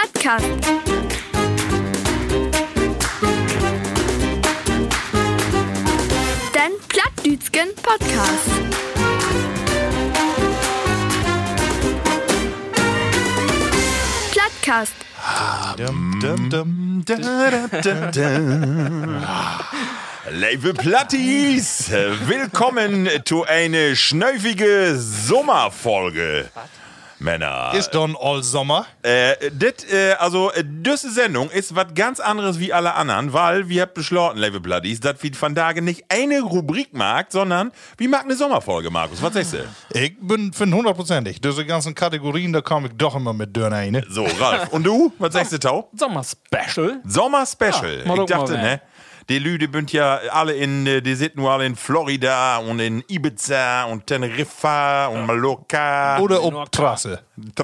Plattcast. Den Plattdütschen Podcast. Plattcast. Dum, dum, da, da, da, da. Liebe Platties, willkommen zu einer schnäufige Sommerfolge. Männer. Ist Don All Sommer? Äh, dit, äh, also, äh, diese Sendung ist was ganz anderes wie alle anderen, weil wir habt beschlossen, liebe Platties, dass wir von Tage nicht eine Rubrik mag, sondern wir mag eine Sommerfolge, Markus. Was sagst du? Ich bin für hundertprozentig. Diese ganzen Kategorien, da komme ich doch immer mit Dörner rein. ne? So, Ralf. Und du? Was sagst du, Tau? Sommer-Special. Ah, Sommer-Special. Ja, mal ich gucken, dachte, mal, ne? Die Lüde bünd ja alle in, äh, die sind nur alle in Florida und in Ibiza und Teneriffa und Mallorca. Oder ob Trasse.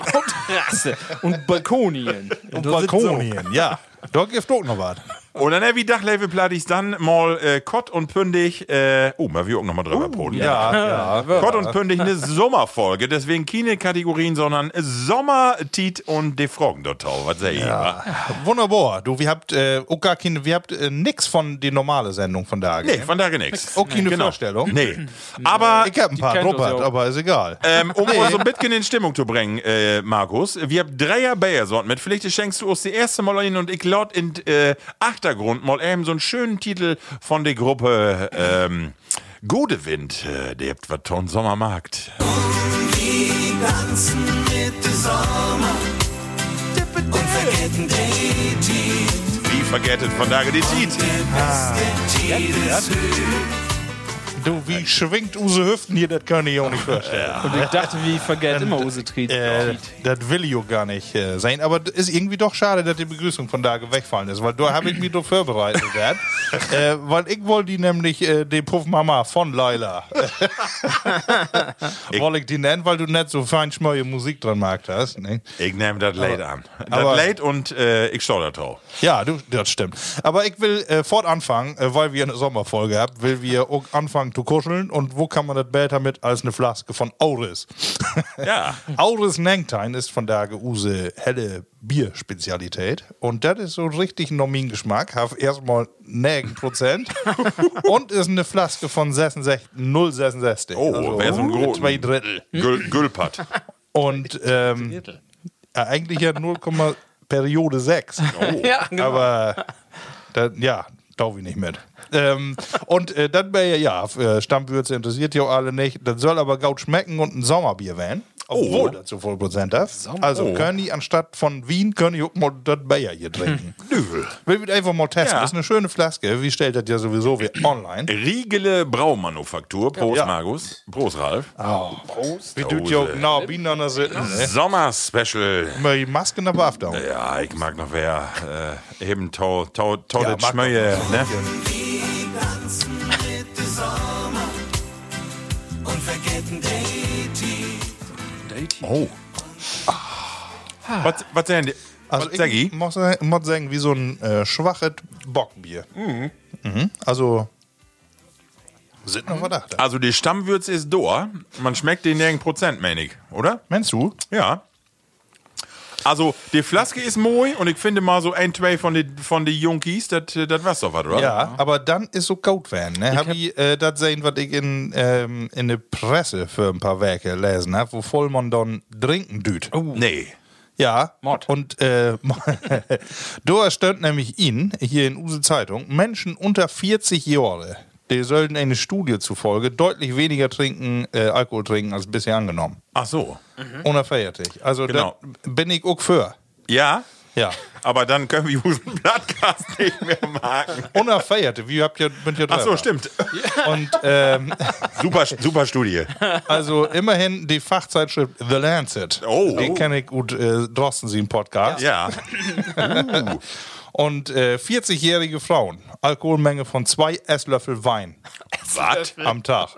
Rasse. Und Balkonien. Und Balkonien, ja. Da gibt auch noch was. Und dann, äh, wie Dachlevel plate ich dann mal äh, Kott und Pündig, äh, oh, mal wir auch nochmal drüber polen. Uh, Ja, ja. Kott und Pündig eine Sommerfolge, deswegen keine Kategorien, sondern Sommer, Tiet und die Fragen dort drauf. Was sag ich? wa? Wunderbar. Du, wir habt, äh, auch gar keine, wir habt äh, nix von die normale Sendung von da. Nee, von daher nix. Genau. Auch keine Vorstellung. Nee. Aber Ich hab ein paar, kennt uns Robert, ja auch. aber ist egal. Ähm, um uns so ein bisschen in Stimmung zu bringen, äh, Markus, wir haben Dreier Bayer-Sorten mit. Vielleicht schenkst du uns die erste Mal ein und ich laut in äh, Achtergrund mal eben so einen schönen Titel von der Gruppe ähm, Godewind. Äh, der habt was von Sommermarkt. tanzen mit dem Sommer und vergessen die Tiet. Wie vergettet von Tage die Tiet. Du, wie schwingt Use Hüften hier, das kann ich auch nicht vorstellen. Und ich dachte, wie vergeht immer Use Äh, das will ich auch gar nicht äh, sein, aber d- ist irgendwie doch schade, dass die Begrüßung von da wegfallen ist, weil da habe ich mich doch vorbereitet. gehabt. äh, weil ich wollte die nämlich, äh, die Puffmama von Laila, wollte ich die nennen, weil du nicht so fein schmöje Musik dran magst hast. Ne? Ich nehme das late an. Das aber- late und äh, ich schau da drauf. Ja, du, das stimmt. Aber ich will äh, fortanfangen, äh, weil wir eine Sommerfolge haben, will wir auch anfangen zu kuscheln und wo kann man das besser mit als eine Flaske von Auris? Ja. Auris Nengtein ist von der Geuse helle Bierspezialität. Und das ist so richtig Nomin-Geschmack. Hab erstmal 9 Prozent. und ist eine Flaske von 66 066. Oh, wär so ein Groten. Also, hm, Zwei Drittel. Gül Gülpat. Und ähm, äh, eigentlich ja 0, Periode 6. Oh. Ja, genau. Aber da, ja, taufe ich nicht mit. ähm, und äh, dann wäre ja, ja, äh, Stammwürze interessiert ja auch alle nicht. Das soll aber gaut schmecken und ein Sommerbier werden. Obwohl dazu voll Prozent das. Also können die anstatt von Wien, können die auch mal das Bayer hier trinken. Nö. Will wir einfach mal Hm. testen. Ja. Ist eine schöne Flaske. Wie stellt das ja sowieso wie online. Riegele Braumanufaktur. Prost, Ja. Markus. Prost, Ralf. Oh, Wie tut ja auch nah beieinander sitzen. ne? Sommer-Special. Mal die Masken aber after. Ja, ich mag noch wer äh, eben Tau, Tau, Tau Ja, das mag Schmöje, ne? Die tanzen mit dem Sommer und vergessen die Tiet. Oh. Ah. Was, was denn? die- Also was sag ich ich? muss, sa- muss sagen, wie so ein äh, schwaches Bockbier. Mhm. Also sind noch Verdacht. Also die Stammwürze ist Dor. Man schmeckt den nirgend Prozent, mein ich, oder? Meinst du? Ja. Also die Flaske ist moi und ich finde mal so ein, zwei von den von die Junkies, das war's doch was, oder? Ja, aber dann ist so gut werden. Ne? Hab ich äh, das sehen, was ich in, ähm, in der Presse für ein paar Werke lesen habe, wo Vollmann dann trinken düht. Uh. Nee. Ja. Mord. Und äh, da stand nämlich ihn hier in Use Zeitung, Menschen unter 40 Jahre, die sollten eine Studie zufolge deutlich weniger trinken, äh, Alkohol trinken als bisher angenommen. Ach so. Unerfeierlich. Also Genau. da bin ich auch für. Ja. Ja. Aber dann können wir unseren Podcast nicht mehr machen. Unerfeierte, wie habt ihr mit ihr Ach so, stimmt. Und ähm, Super, super Studie. also immerhin die Fachzeitschrift The Lancet. Oh. Die kenne ich gut, äh, Drosten sie im Podcast. Ja. Und äh, 40-jährige Frauen, Alkoholmenge von zwei Esslöffel Wein Was? am Tag.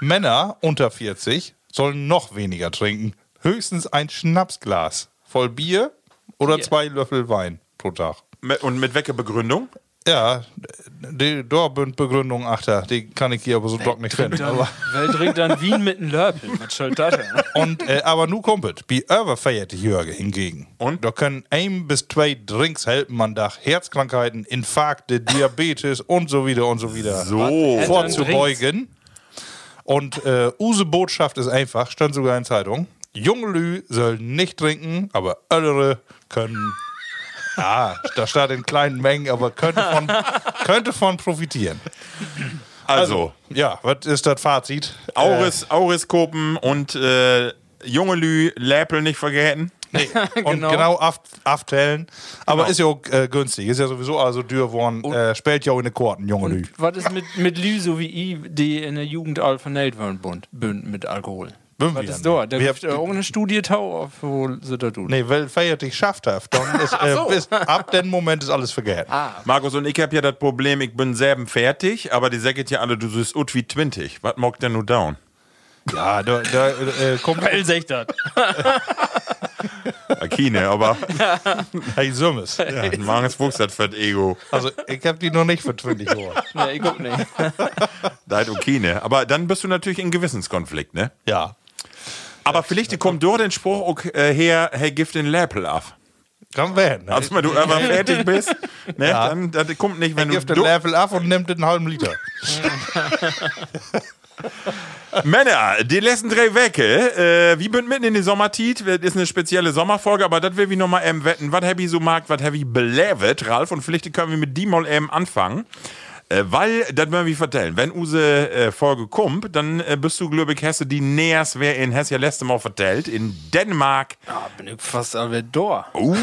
Männer unter 40 sollen noch weniger trinken. Höchstens ein Schnapsglas voll Bier oder zwei Löffel Wein pro Tag. Und mit welcher Begründung? Ja, die Dortmund-Begründung, achter, die kann ich hier aber so doch nicht finden. Dann, Aber, weil trinkt dann Wien mit einem Lörpel. Was soll das denn? und, äh, aber nu kommt Wie über feierte Jürgen hingegen. Und? Da können ein bis zwei Drinks helfen an Dach. Herzkrankheiten, Infarkte, Diabetes und so wieder und so wieder So. vorzubeugen. Und äh, Use Botschaft ist einfach, stand sogar in Zeitung. Junge Lü sollen nicht trinken, aber ältere können. Ja, da steht in kleinen Mengen, aber könnte von, könnte von profitieren. Also, Ja, was ist das Fazit? Auris, Auriskopen und äh, junge Lü, Läpel nicht vergessen. Nee. Und Genau. genau aft- aftellen. Aber ist ja auch äh, günstig. Ist ja sowieso also dürr geworden. Äh, spielt ja auch in den Korten, junge Lü. Was ist mit, mit Lü, so wie ich, die in der Jugend all vernäht waren, bunt, bünd mit Alkohol? Bünd Was wir ist ja da? nicht. Da Wir- gibt es irgendeine Studie, tau, auf, wo sie da tun. Nee, weil feiert dich schafft haft. Dann ist, äh, bis, ab dem Moment ist alles vergessen. Ah. Markus und ich hab ja das Problem, ich bin selben fertig, aber die säcket ja alle, du siehst ut wie 20. Was mag denn nur down? Ja, da, da äh, kommt Weil sech das. Akine, aber Hey Summes. Ja. Magens Fuchs hat fett Ego. Also ich habe die noch nicht für 20 Uhr. Nee, ich guck nicht. Da hat Okine. Aber dann bist du natürlich in Gewissenskonflikt, ne? Ja. Aber vielleicht kommt durch den Spruch auch, äh, her, hey, gib den Läpel ab. Kann werden. Ne? Also, wenn du aber fertig bist, ne, Ja. dann das kommt nicht, wenn Gibt du. äh, den Level ab und nimmt den halben Liter. Männer, die letzten drei Wecke. Äh, wir sind mitten in die Sommertit. Das ist eine spezielle Sommerfolge, aber das will wir nochmal eben wetten. Was Heavy so mag, was Heavy belevet, Ralf. Und vielleicht können wir mit die mal eben anfangen. Äh, weil, das werden wir vertellen. Wenn use äh, Folge kommt, dann äh, bist du, glaube ich, Hesse, die näherst, wer in Hesse ja letzte Mal vertellt. In Dänemark. Ah, bin ich fast alle da. Uh,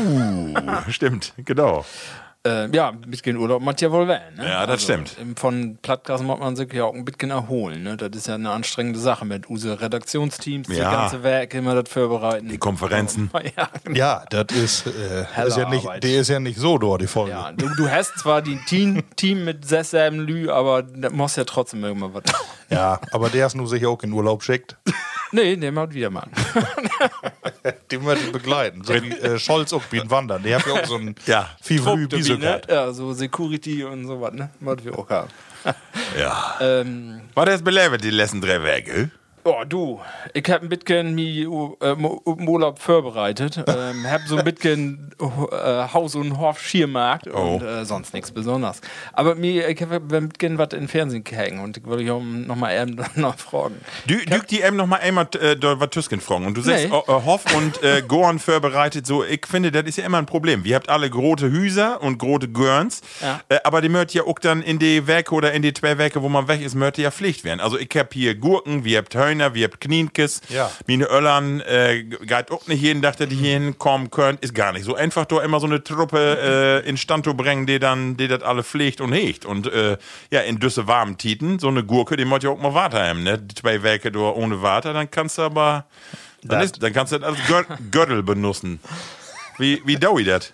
stimmt, genau. Äh, ja, ein bisschen Urlaub macht ja wohl werden. Ne? Ja, das stimmt. im- Von Plattgas macht man sich ja auch ein bisschen erholen. Ne? Das ist ja eine anstrengende Sache mit Use Redaktionsteams, die Ja. ganze Werk immer das vorbereiten. Die Konferenzen. ja, genau. Ja, das ist, äh, Helle ist ja nicht, Arbeit. die ist ja nicht so dort, die Folge. ja. Du, du hast zwar die Team, Team mit Sessam Lü, aber da musst ja trotzdem irgendwann was. Ja, aber der ist nur sicher auch in Urlaub schickt. nee, der macht wieder mal. Den wird ich begleiten. So wie äh, Scholz auch wie ein Wandern. Der hat ja auch so einen Ja. Fivry Trupp, Biso gehabt. Ja, so Security und sowas, ne? Was wir auch haben. Ja. Ähm, Was ist belevet, die letzten drei eh? Wecke? Oh, du, ich hab ein bisschen mi U- äh, Mo- im Urlaub vorbereitet. Ähm, hab so ein bisschen ho- äh, Haus und Hof Schiermarkt und Oh. äh, sonst nichts Besonderes. Aber mir, ich hab ein bisschen was in Fernsehen gehängt und ich würde ich auch nochmal eben noch fragen. Du, düg die eben nochmal einmal äh, da was Tüsken fragen. Und du sagst, Nee. oh, äh, Hoff und äh, Gorn vorbereitet, so, ich finde, das ist ja immer ein Problem. Wir habt alle große Hüser und große Görns, Ja. äh, aber die mört ja auch dann in die Werke oder in die zwei Werke, wo man weg ist, mört die ja Pflicht werden. Also ich hab hier Gurken, wir habt Hörner, wir habt Knienkes, Ja. meine Öllern, äh, geht auch nicht jeden Tag, dass die hier hinkommen könnt. Ist gar nicht so einfach, da immer so eine Truppe äh, in Stand zu bringen, die dann, die das alle pflegt und hegt. Und äh, ja, in düsse warmen Titen, so eine Gurke, die muss ja auch mal Water haben, ne? Die zwei Werke da ohne Water, dann kannst du aber, dann, ist, dann kannst du das als Gör- Gürtel benutzen. Wie, wie Dowie das?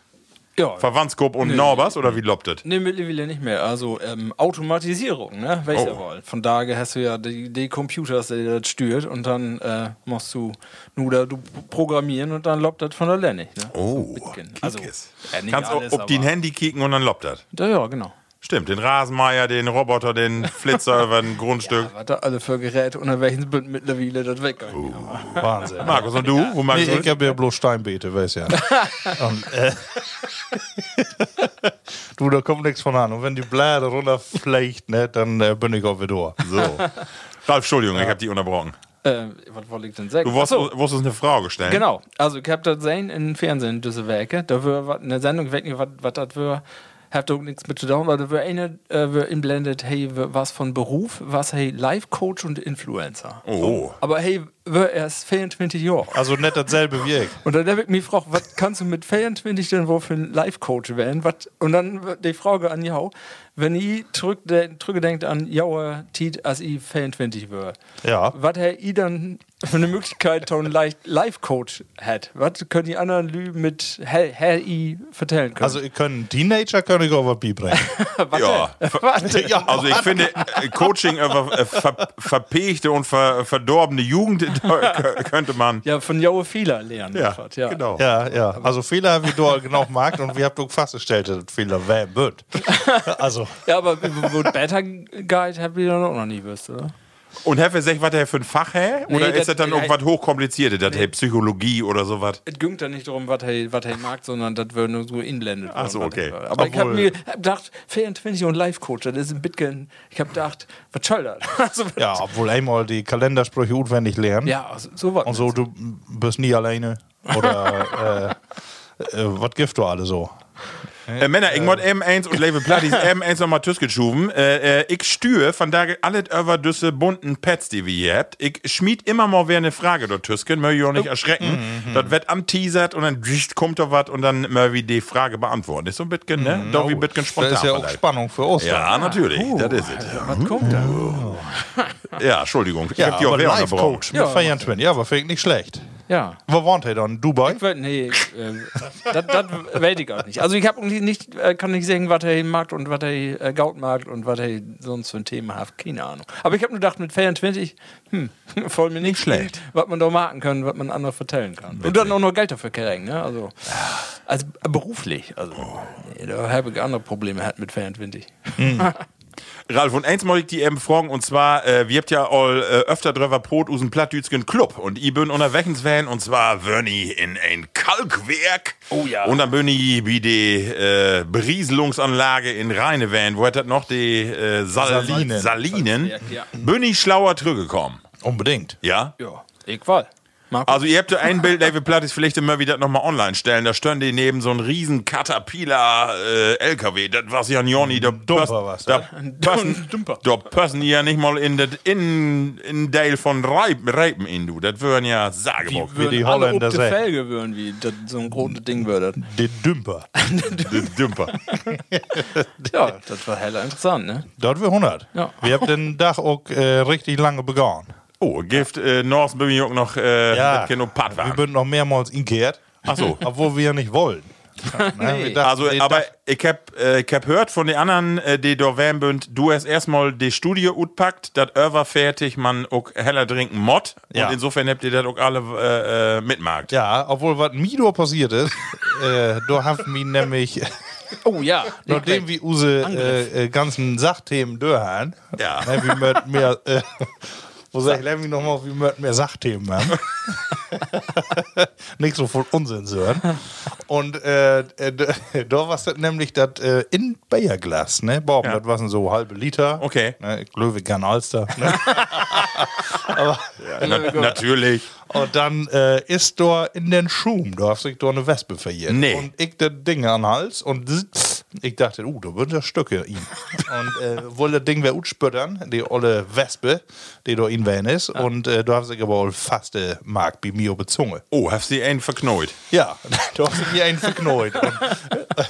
Ja, Verwandtskop und Norbers oder wie lobt das? nee, mittlerweile nicht mehr. Also ähm, Automatisierung, ne? Weiß ja Oh. wohl. Von daher hast du ja die, die Computers, die das stört und dann äh, musst du nur da du programmieren und dann lobt das von der Lennig. Ne? Oh, Bitgen. Kiekes. Also, ja, nicht Kannst auch alles, ob die ein aber- Handy kicken und dann lobt das. Ja, ja, genau. Stimmt, den Rasenmeier, den Roboter, den Flitzer, den Grundstück. Was da alle für Geräte unter welchen Bünd mittlerweile das weg. Wahnsinn. Markus, und du? Wo magst Nee, du? ich habe ja bloß Steinbeete, weiß ja. und, äh, du, da kommt nichts von an. Und wenn die Blätter runterflecht, ne, dann äh, bin ich auf der Door. So. Ralf, Entschuldigung, ich habe dich unterbrochen. Äh, was wollte ich denn sagen? Du wolltest Ach so, wolltest uns eine Frage stellen. genau. Also ich hab das gesehen im Fernsehen, diese Werke. Da war wat- eine Sendung, weg, was das war. Habt doch nichts mit zu tun, weil da war eine, äh, war inblendet, hey, wa- was von Beruf, was hey, Life-Coach und Influencer. Oh. Aber hey, war erst 24 Jahre. Also nicht dasselbe wie ich. Und dann habe ich mich gefragt, was kannst du mit 24 denn wohl für ein Life-Coach werden? Was- Und dann wird die Frage an Jau, wenn ich zurückdenkt an Jauer Tiet, als ich 24 war, Ja. was hätte ich dann für eine Möglichkeit, so ein Li- Life-Coach hätte? Was können die anderen Lü mit Herr Herr I vertellen können? Also ich kann Teenager kann ich auf was Bier bringen. was Ja. denn? Was denn? äh, Also ich finde, äh, Coaching über äh, ver, verpegte und ver, verdorbene Jugend, Kö- könnte man. Ja, von Joe Fehler lernen. einfach, ja. genau. Ja, ja. Also Fehler, wie du genau magst und wir haben festgestellt, dass Fehler wären wird. Also, Ja, aber wo Better Guide habt ihr doch auch noch nie gewusst, oder? Und Herr sagt, was der für ein Fach, hä? Oder Nee, ist das das- dann ja, irgendwas hochkompliziertes, das hey, Psychologie oder sowas? Es ging da nicht darum, was er was er mag, sondern das wird nur so inblendet. Ach so, worden, was okay. er- Aber ich habe Obwohl- mir hab gedacht, 24 und Live-Coach, das ist ein bisschen. Ich habe gedacht, was soll das? Also, was- ja, obwohl einmal die Kalendersprüche auswendig lernen. ja, also, so was. Und so, du bist nie alleine. eh, Oder äh, äh, was gibt du alle so? Äh, Männer, ich mod M1 und Label Platties M1 nochmal Tüss geschoben. Äh, äh, ich stühe von da alle über düsse bunten Pads, die wir hier habt. Ich schmied immer mal wer eine Frage dort Tüsken, möge ich auch Oh. nicht erschrecken. Mhm. Das wird am Teasert und dann wischt, kommt da was und dann möge ich die Frage beantworten. Ist so ein bisschen, ne? Doch wie ein bisschen spontan. Mhm. Oh, Das ist ja auch Oh, vielleicht. Spannung für uns. ja, natürlich. das ist es. was kommt da? Ja, Entschuldigung. Ich ja hab die auch aber wer unterbrochen. Live-Coach Ja, mit Feiern Twin. Ja, aber finde ich nicht schlecht. Ja. Wo wohnt er dann? Dubai? Ich weiß- Nee, äh, das weiß ich auch nicht. Also ich hab irgendwie nicht, äh, kann nicht sagen, was er mag und was er äh, Gaut mag und was er sonst für ein Thema hat. Keine Ahnung. Aber ich habe nur gedacht, mit 24, hm, voll mir nicht schlecht. was man da machen kann, was man anderen vertellen kann. Und dann auch noch Geld dafür kriegen, ne? Also, also äh, beruflich. Also, nee, da habe ich andere Probleme halt mit 24. Hm. Ralf, und eins möchte ich die eben fragen, und zwar, äh, wir habt ja all äh, öfter drüber Brot aus dem Plattdütschen Club. Und ich bin unterwegs wählen, und zwar Wörni in ein Kalkwerk. Oh ja. Und dann bin ich wie die äh, Berieselungsanlage in Rheinewählen, wo hat das noch, die äh, Sal Salinen. Salinen. Salinen. Salzwerk, ja. Bin ich schlauer zurückgekommen. Unbedingt. Ja? Ja, ich war. Marco. Also ihr habt ja ein Bild, David Platt ist vielleicht immer wieder nochmal online stellen. Da stören die neben so einem riesen Caterpillar äh, LKW. Das was ja Joni, da Dumper was, Da passen, da passen die ja nicht mal in das in, in Teil von Reipen, Reipen in du. Das würden ja oh, Sageburg. wie die Holländer alle sagen. Felge würden, wie das so ein großes Ding würde. Den Dümper. Dümper. Ja, das war heller interessant, ne? Dort wir 100. Ja. Wir haben den Dach auch äh, richtig lange begonnen. Oh, Gift äh, North bin ich auch noch äh, mit Kino Pat wir sind noch mehrmals inkehrt. Ach so. Obwohl wir ja nicht wollen. Ne, wir dachten, Also, den aber Dach- ich hab, äh, ich hab gehört von den anderen, äh, die da wären bünd, du hast erstmal die Studie utpackt, dat Över fertig, man auch heller trinken Mod. Ja. Und insofern habt ihr das auch alle äh, äh, mitmarkt. Ja, obwohl was Mido passiert ist, äh, da haben wir nämlich, Oh ja. nachdem wir unsere äh, äh, ganzen Sachthemen durchhaben, Ja. ne, wir möchten mehr, äh, wo sag ich, lerne mich nochmal, wir möchten mehr Sachthemen haben. Nicht so voll Unsinn zu hören. Und äh, äh, d- da war es nämlich das äh, in Bayerglas, ne? Boah, Ja. das waren so halbe Liter. Okay. Ne, Löwe gern Alster. Ne? Aber Na, natürlich. und dann äh, ist da in den Schum, da hast du da eine Wespe verjährt. Nee. Und ich das Ding an den Hals und zzz, ich dachte, uh, da wird das Stücke ihm. und äh, wollte das Ding wer utspüttern, die olle Wespe, die da in Wien ist. Und äh, da hast du aber wohl fast äh, Mark bei mir bezunge. Oh, hast du einen verknollt. Ja, da hast du mir einen verknollt. Und,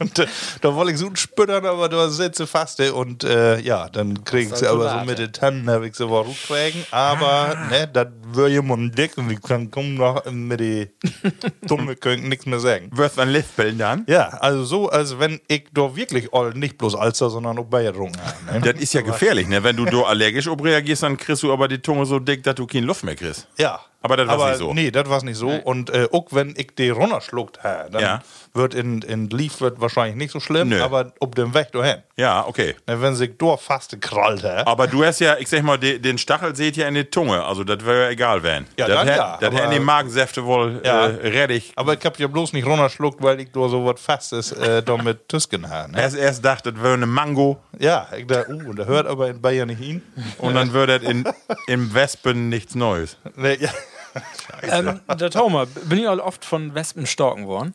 und äh, da wollte ich so spüttern, aber da sitze fast. äh, Und äh, ja, dann krieg ich sie aber so Soldat, mit ja. den Tannen, habe ich sie aber rückkriegen. Aber ne, das wäre jemand dick und ich kann kaum noch mit den Zunge können nichts mehr sagen. Wirst an Liftbillen dann? Ja, also so, als wenn ich da wirklich all, nicht bloß Alster, sondern auch Bayer getrunken habe. Ne? Das ist ja gefährlich, ne? Wenn du da allergisch ob reagierst, dann kriegst du aber die Tunge so dick, dass du keine Luft mehr kriegst. Ja. Aber das war's nicht so. Nee, das war's nicht so. Und äh, auch wenn ich die runterschluckt habe, dann Ja. wird in, in Leaf wird wahrscheinlich nicht so schlimm, Nö. aber ob dem Weg dahin. Ja, okay. Ne, Wenn sich durch faste krallt, hä? Aber du hast ja, ich sag mal, de, den Stachel seht ihr in die Tunge. Also, das wäre ja egal, wenn. Ja, das dann hä- ja, Das aber- hätten die Magensäfte wohl Ja. äh, reddig Aber ich hab ja bloß nicht runterschluckt, weil ich da so was Fastes äh, da mit Tüsken habe. Ne? Erst, erst dachte, das wäre eine Mango Ja, ich dachte, uh, da hört aber in Bayern nicht hin. und dann würde das in, im Wespen nichts Neues. Ne, ja. Ähm, der Tauma, bin ich auch oft von Wespen stalken worden?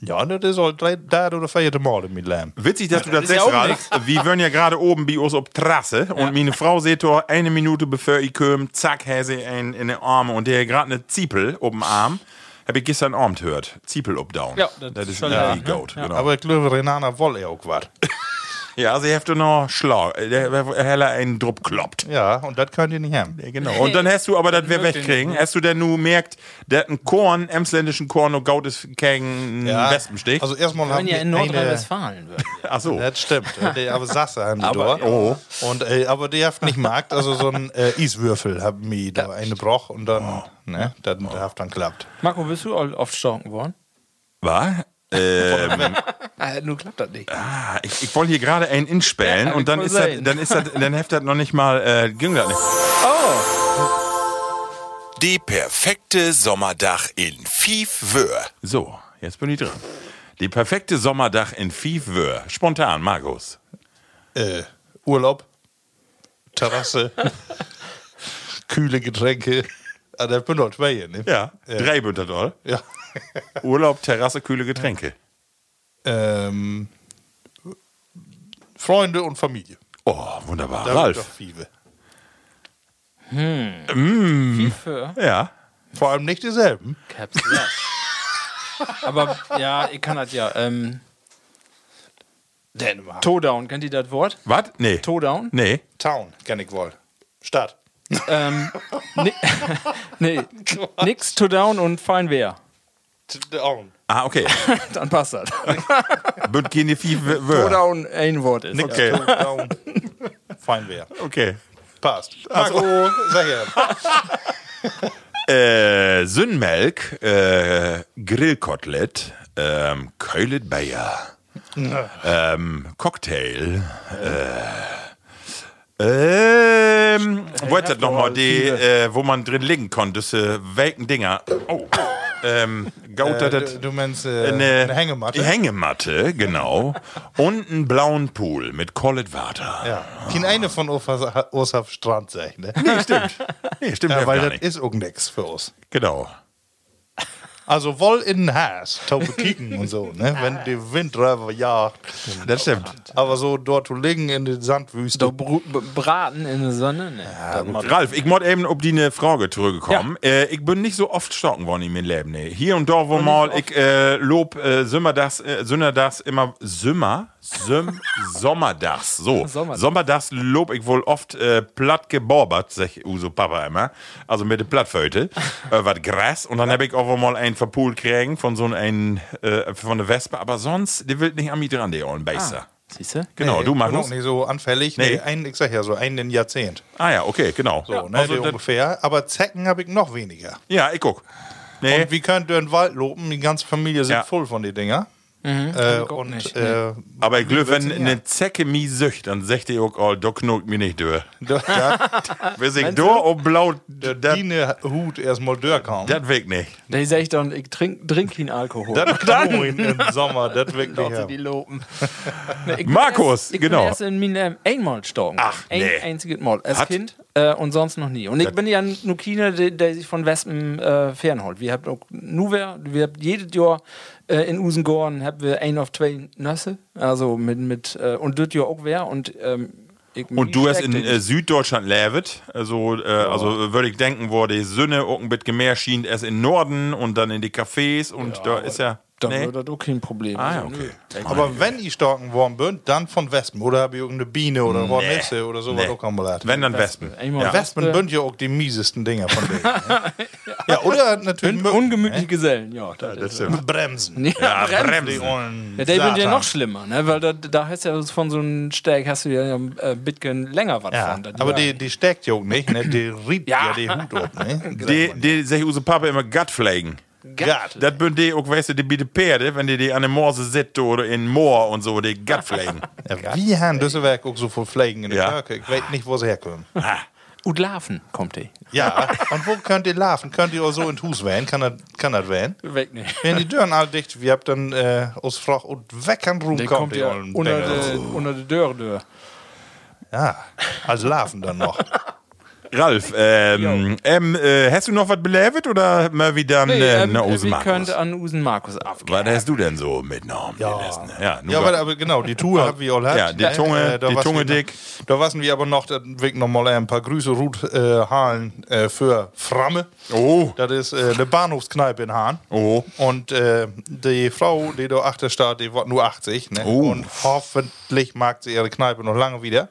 ja, das ist halt drei, drei oder vierte Mal mit Lärm. Witzig, dass du das ist ja sagst, auch Ralf. Wir wären ja gerade oben bei uns auf Trasse und meine Frau seht doch eine Minute bevor ich komme, zack, häse ein in den Arm und der gerade eine Ziepel oben Arm. Hab ich gestern Abend gehört. Ziepel up down. Ja, das, das ist ist schon ja, klar, die ne? Goat. Ja. Genau. Aber ich glaube, Renana wolle ja auch was. Ja, also sie heften noch schlau. äh, Der der Heller einen Druck kloppt. Ja, und das könnt ihr nicht haben. Ja, Genau. Und dann hast du aber das wir möchte wegkriegen. Hast du denn nur merkt, der ein Korn, emsländischen Korn und Gaut ist kein Wespenstich? Also erstmal Wenn haben ja die in eine- Nordrhein-Westfalen wird. Ach so. Das stimmt. Der aber Sasse haben die Aber- dort. Und, äh, aber die habt nicht markt, also so ein äh, Eiswürfel haben mir da eine Broch und dann, ne, dann oh. habt dann klappt. Marco, bist du all- oft stalken worden? War? Ähm, Ah, nun klappt das nicht. ah, ich, ich wollte hier gerade einen inspähen Ja, und dann kann ist, das, sein. dann ist das, dann heft das noch nicht mal, äh, ging das nicht. Oh. Die perfekte Sommerdach in Fiefwöhr. So, jetzt bin ich dran. Die perfekte Sommerdach in Fiefwöhr. Spontan, Markus. Äh, Urlaub, Terrasse, kühle Getränke. Ah, das bin doch zwei hier, ne? Ja, drei Bündel, oder? Ja. Urlaub, Terrasse, kühle Getränke. Ähm, Freunde und Familie. Oh, wunderbar. Da sind doch Ralf. viele. Wie für? Ja. Vor allem nicht dieselben. Caps Lock. Aber ja, ich kann das ja. Ähm, Dänemark. Todown, kennt ihr das Wort? Was? Nee. Todown? Nee. Town, kann ich wohl. Stadt. ähm, ni nee, nix Todown und fein wer. Town. Ah, okay. Dann passt das. Bündel gehen die Fiefwöhr. Todown ein Wort ist. Okay. Town. Fein wäre. Okay. Passt. Also. Marco, sag ja. Äh, Sünnmelk, äh, Grillkotelett, ähm, Keulet Bayer, ähm, Cocktail, äh, ähm, wollt das nochmal, die, äh, wo man drin liegen konnte, diese welken Dinger. Oh, ähm, gaut Äh, das- du, du meinst äh, eine, eine, Hängematte? Die Hängematte, genau. und einen blauen Pool mit Kollet Water. ja. Kann eine von Ursaf Strand sein, ne? Nee, stimmt. Nee, stimmt ja, Ja, weil gar das nicht. ist auch nix für uns. Genau. Also wohl in den Haas, taube kicken und so, ne? Wenn die Windräuber jagt. Das stimmt. Aber so dort zu liegen in den Sandwüsten. So br- b- braten in der Sonne? Nee. Ralf, ich muss eben ob die eine Frage zurückgekommen. Äh, ich bin nicht so oft stocken worden in meinem Leben. Nee. Hier und da, wo mal ich äh, lob äh, Sümmerdags, äh, Sünderdags immer Sümmer, Süm, Sommerdags. So, Sommerdags. Sommerdags lob ich wohl oft äh, platt geborbert, sag Uso Papa immer. Also mit der Plattföte, äh, was Gras. Und dann habe ich auch wohl mal einen verpult kriegen von so einem, äh, von der Wespe. Aber sonst, die will nicht an mich dran, die ollen Baser. Ah. Siehst du? Genau, du machst auch Markus. nicht so anfällig. Nee. Nee. ein, ich sag ja so, einen in Jahrzehnt. Ah ja, okay, genau. So, ne, also, die das- ungefähr. Aber Zecken habe ich noch weniger. ja, ich guck. Nee. Und wie könnt ihr in den Wald lopen? Die ganze Familie sind Ja. voll von den Dinger. Äh, und nicht, äh, Aber ich glaube, wenn wird's denn eine Zecke mich sücht, dann sagt ihr auch, oh, da knurrt mir nicht durch. da, Ah, Bis ich da und blau, der das Diene Hut erstmal durchkommen. weg nicht. Da sag ich dann, ich trink, trink keinen Alkohol. Das kann man im Sommer, das wirklich. Leute, Ja. die lopen. Nee, ich bin Markus, erst, ich genau. Bin erst in meinem einmal gestorben. Ach, nee. Ein einziges Mal. Als Hat- Kind äh, und sonst noch nie. Und ich bin ja nur China, der, der sich von Wespen äh, fernholt. Wir haben nur, wer- wir haben jedes Jahr äh, in Usengorn haben wir ein auf zwei Nösse. Also mit, mit äh, und das Jahr auch wer. Und, ähm, ich Und du hast in steckte- äh, Süddeutschland lebt, also, äh, also würde ich denken, wo die Sünne auch ein bisschen mehr schien, erst in Norden und dann in die Cafés und da ist ja. ne? dann Nee. wird das auch kein Problem. Ah, ja, Also, nö. okay. Aber wenn ich stalken worden bin, dann von Wespen. Oder habe ich irgendeine Biene oder Hornisse oder sowas Nee. auch am Blatt. Wenn dann Wespen. Einmal Ja. Wespen sind ja auch die miesesten Dinger von denen. ne? ja, oder natürlich Mücken, Ungemütliche Gesellen, ja. Das, Das ist, stimmt. Bremsen. ja, Ja, Die Bremsen. ollen Ja, der wird ja Satan. noch schlimmer, ne? weil da, da hast ja von so einem Steak hast du ja äh, Bitcoin länger was Ja, von. Das- aber die, die steckt ja auch nicht, ne? die riebt ja, Ja. die Hut ab. Ne? Die, die sag ich unser Papa immer Gutflagen. Gat. Das bin die auch, weißt du, die biete Pferde, wenn die die an der Morse sitzt oder in Moor und so, die Gutflagen. Ja, wie haben Düsseldorf auch so viel Flägen in der Ja. Kirche? Ich weiß nicht, wo sie herkommen. Udlaven kommt die. Ja, und wo könnt ihr laufen? Könnt ihr auch so in den Hus wählen? Kann das, kann das wählen? Weg nicht. Wenn die Türen alle dicht, wir habt dann äh, aus Froch und weg an Ruhm Der kommt, kommt die ja ollen unter Dinger. die, unter die Dörr, Dörr. Ja, als Larven dann also noch. Ralf, ähm, ähm, äh, hast du noch was belevet oder mal wieder Nee, äh, ähm, ne äh, Ose wir Markus? können an Usen Markus abgeben. Was hast du denn so mitgenommen? Ja, ja, nun Ja, Gott. aber, aber genau, die Tour haben wir all gehabt. Ja, die Tunge, da die waren Tunge wir- dick. Da waren wir aber noch, da wegen nochmal ein paar Grüße, Ruth äh, Hahlen äh, für Framme. Oh. Das ist äh, eine Bahnhofskneipe in Hahn. Oh. Und äh, die Frau, die da achter steht, die war nur 80. Ne? Oh. Und hoffentlich mag sie ihre Kneipe noch lange wieder.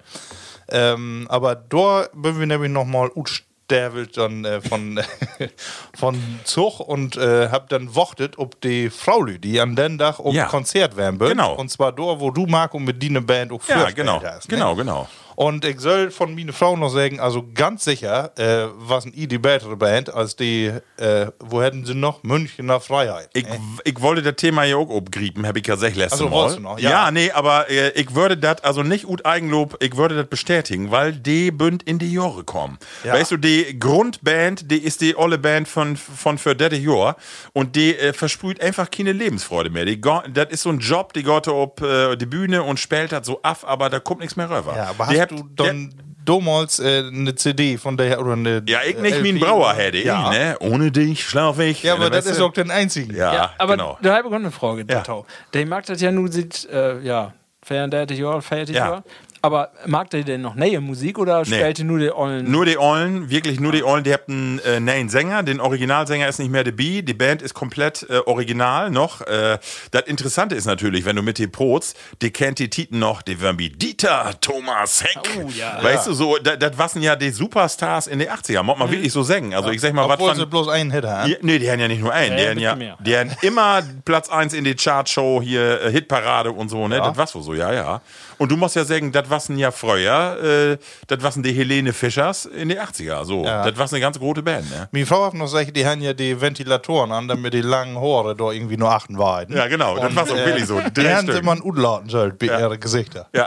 Ähm, aber da bin wir nämlich nochmal utsterwelt dann äh, von, von Zug und äh, hab dann wortet, ob die Frau, die an den Tag um Ja. Konzert werden wird. Genau. Und zwar da, wo du, Marco, mit deiner Band auch ja Flirtband genau, hast, ne? genau, genau. Und ich soll von meine Frau noch sagen, also ganz sicher, äh, was ein die bessere Band als die, äh, wo hätten sie noch? Münchner Freiheit. Ich, ich wollte das Thema ja auch obgriepen, habe ich ja gesagt letztes Also, Mal. wolltest du noch? ja. Ja. nee, aber äh, ich würde das, also nicht gut Eigenlob, ich würde das bestätigen, weil die bünd in die Jahre kommen. Ja. Weißt du, die Grundband, die ist die olle Band von, von für dette Jahr und die äh, versprüht einfach keine Lebensfreude mehr. Die go- Das ist so ein Job, die geht auf äh, die Bühne und spielt das so ab, aber da kommt nichts mehr rüber. Ja, aber Die hast habt- du der- dann damals äh, eine CD von der oder eine. ja, ich äh, nicht wie ein LP? Brauer hätte, ich, Ja. ne? Ohne dich schlaf ich. äh, Ja, aber Weißt das ist du? auch den einzigen. ja, Ja, aber genau. da habe ich auch eine Frage, Ja. Tato. Der mag das ja nun sieht, äh, ja, feiern der Jahr, feiert Ja. Jahr. Aber mag der denn noch neue Musik oder spielt er nur die ollen? Ah. Nur die Ollen, wirklich nur die Ollen. Die habt einen äh, neuen Sänger. Den Originalsänger ist nicht mehr The Bee. Die Band ist komplett äh, original noch. Äh, das Interessante ist natürlich, wenn du mit den Proz, die kennt die Titen noch, die werden wie Dieter, Thomas Heck. Oh, ja. Mhm. weißt du, so, das waren ja die Superstars in den 80ern. Muss man wirklich so sagen. Also ich sag mal, was Obwohl von... sie bloß einen ne? Hit haben. Ja, nee, die haben ja nicht nur einen. Ja, ja, die, bitte haben ja, mehr. die haben immer Platz 1 in die Chartshow, hier äh, Hitparade und so, ne? Das war's wohl so, ja, ja. Und du musst ja sagen, das waren ja früher, äh, das waren die Helene Fischers in die 80er, so. Ja. Das war eine ganz große Band, ne? Meine Frau hat noch gesagt, die haben ja die Ventilatoren an, damit die langen Haare da irgendwie nur achten weiden. äh, Ja, genau, das war's auch wirklich so. Die Drei haben Stück. sie immer einen Udlaten sollt, ja. ihre Gesichter. Ja.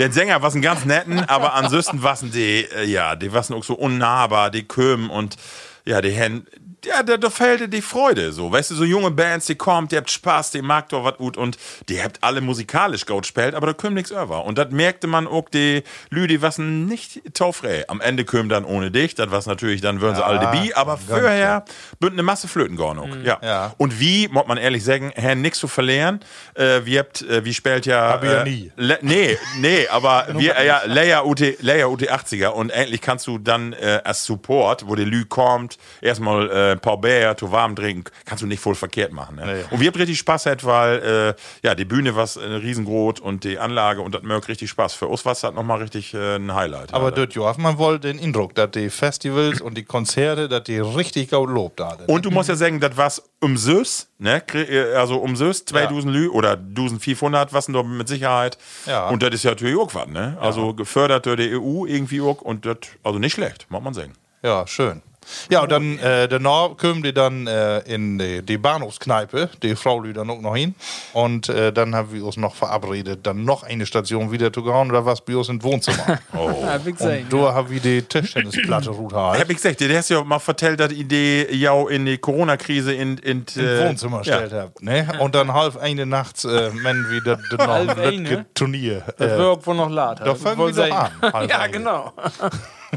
Der Sänger war ein ganz netten, aber ansonsten waren die, äh, ja, die waren auch so unnahbar, die Kömen und ja, die Hände. Ja, da, da fehlte die Freude so. Weißt du, so junge Bands, die kommt, die habt Spaß, die mag doch was gut und die habt alle musikalisch gut gespielt, aber da kömmt nichts über. Und das merkte man auch, die Lüdi wassen nicht taufrei. Am Ende kömmt dann ohne dich, das was natürlich, dann würden sie alle die Bi, aber vorher bünd eine Masse Flöten gegangen. Ja. Mhm, Ja. Und wie, muss man ehrlich sagen, Herr, nichts zu verlieren. Äh, wir habt, äh, wie spielt ja Hab ich ja nie. Le nee, nee, aber wir, äh, ja, Layer UT, Layer UT 80er und endlich kannst du dann äh, als Support, wo der Lü kommt, erstmal äh, ein paar Bär, zu warm trinken, kannst du nicht voll verkehrt machen. Ne? Und wir haben richtig Spaß gehabt, weil äh, ja, die Bühne war äh, riesengroß und die Anlage und das merkt richtig Spaß. Für uns war es halt nochmal richtig äh, ein Highlight. Aber ja, dort Joachim, man wollte den Eindruck, dass die Festivals und die Konzerte, dass die richtig gut lobt haben. Und du musst ja sagen, das war's um Süß, ne? Kri- äh, Also um Süß, zwei Ja. Dusen Lü oder Dusen 500, was denn doch mit Sicherheit. Ja. Und das ist ja natürlich auch was, ne? Also gefördert durch die EU irgendwie auch und das, also nicht schlecht, muss man sagen. Ja, schön. Ja, und dann äh, danach kommen die dann äh, in die, die Bahnhofskneipe, die Frau lügt dann auch noch hin. Und äh, dann haben wir uns noch verabredet, dann noch eine Station wieder zu gehen oder was bei uns im Wohnzimmer. Oh. Ja, wie gesagt, und da haben wir die Tischtennisplatte Hab Ruth ich gesagt, dir hast ja auch mal vertellt, dass die Idee ja auch in die Corona-Krise in, in, im äh, Wohnzimmer gestellt habt. Ne? Und dann halb eine nachts, äh, wenn wir das Halb eine? Turnier. das wird Äh, irgendwo noch later. da fangen wir Wollt doch sein. an. halb Ja, eine. genau.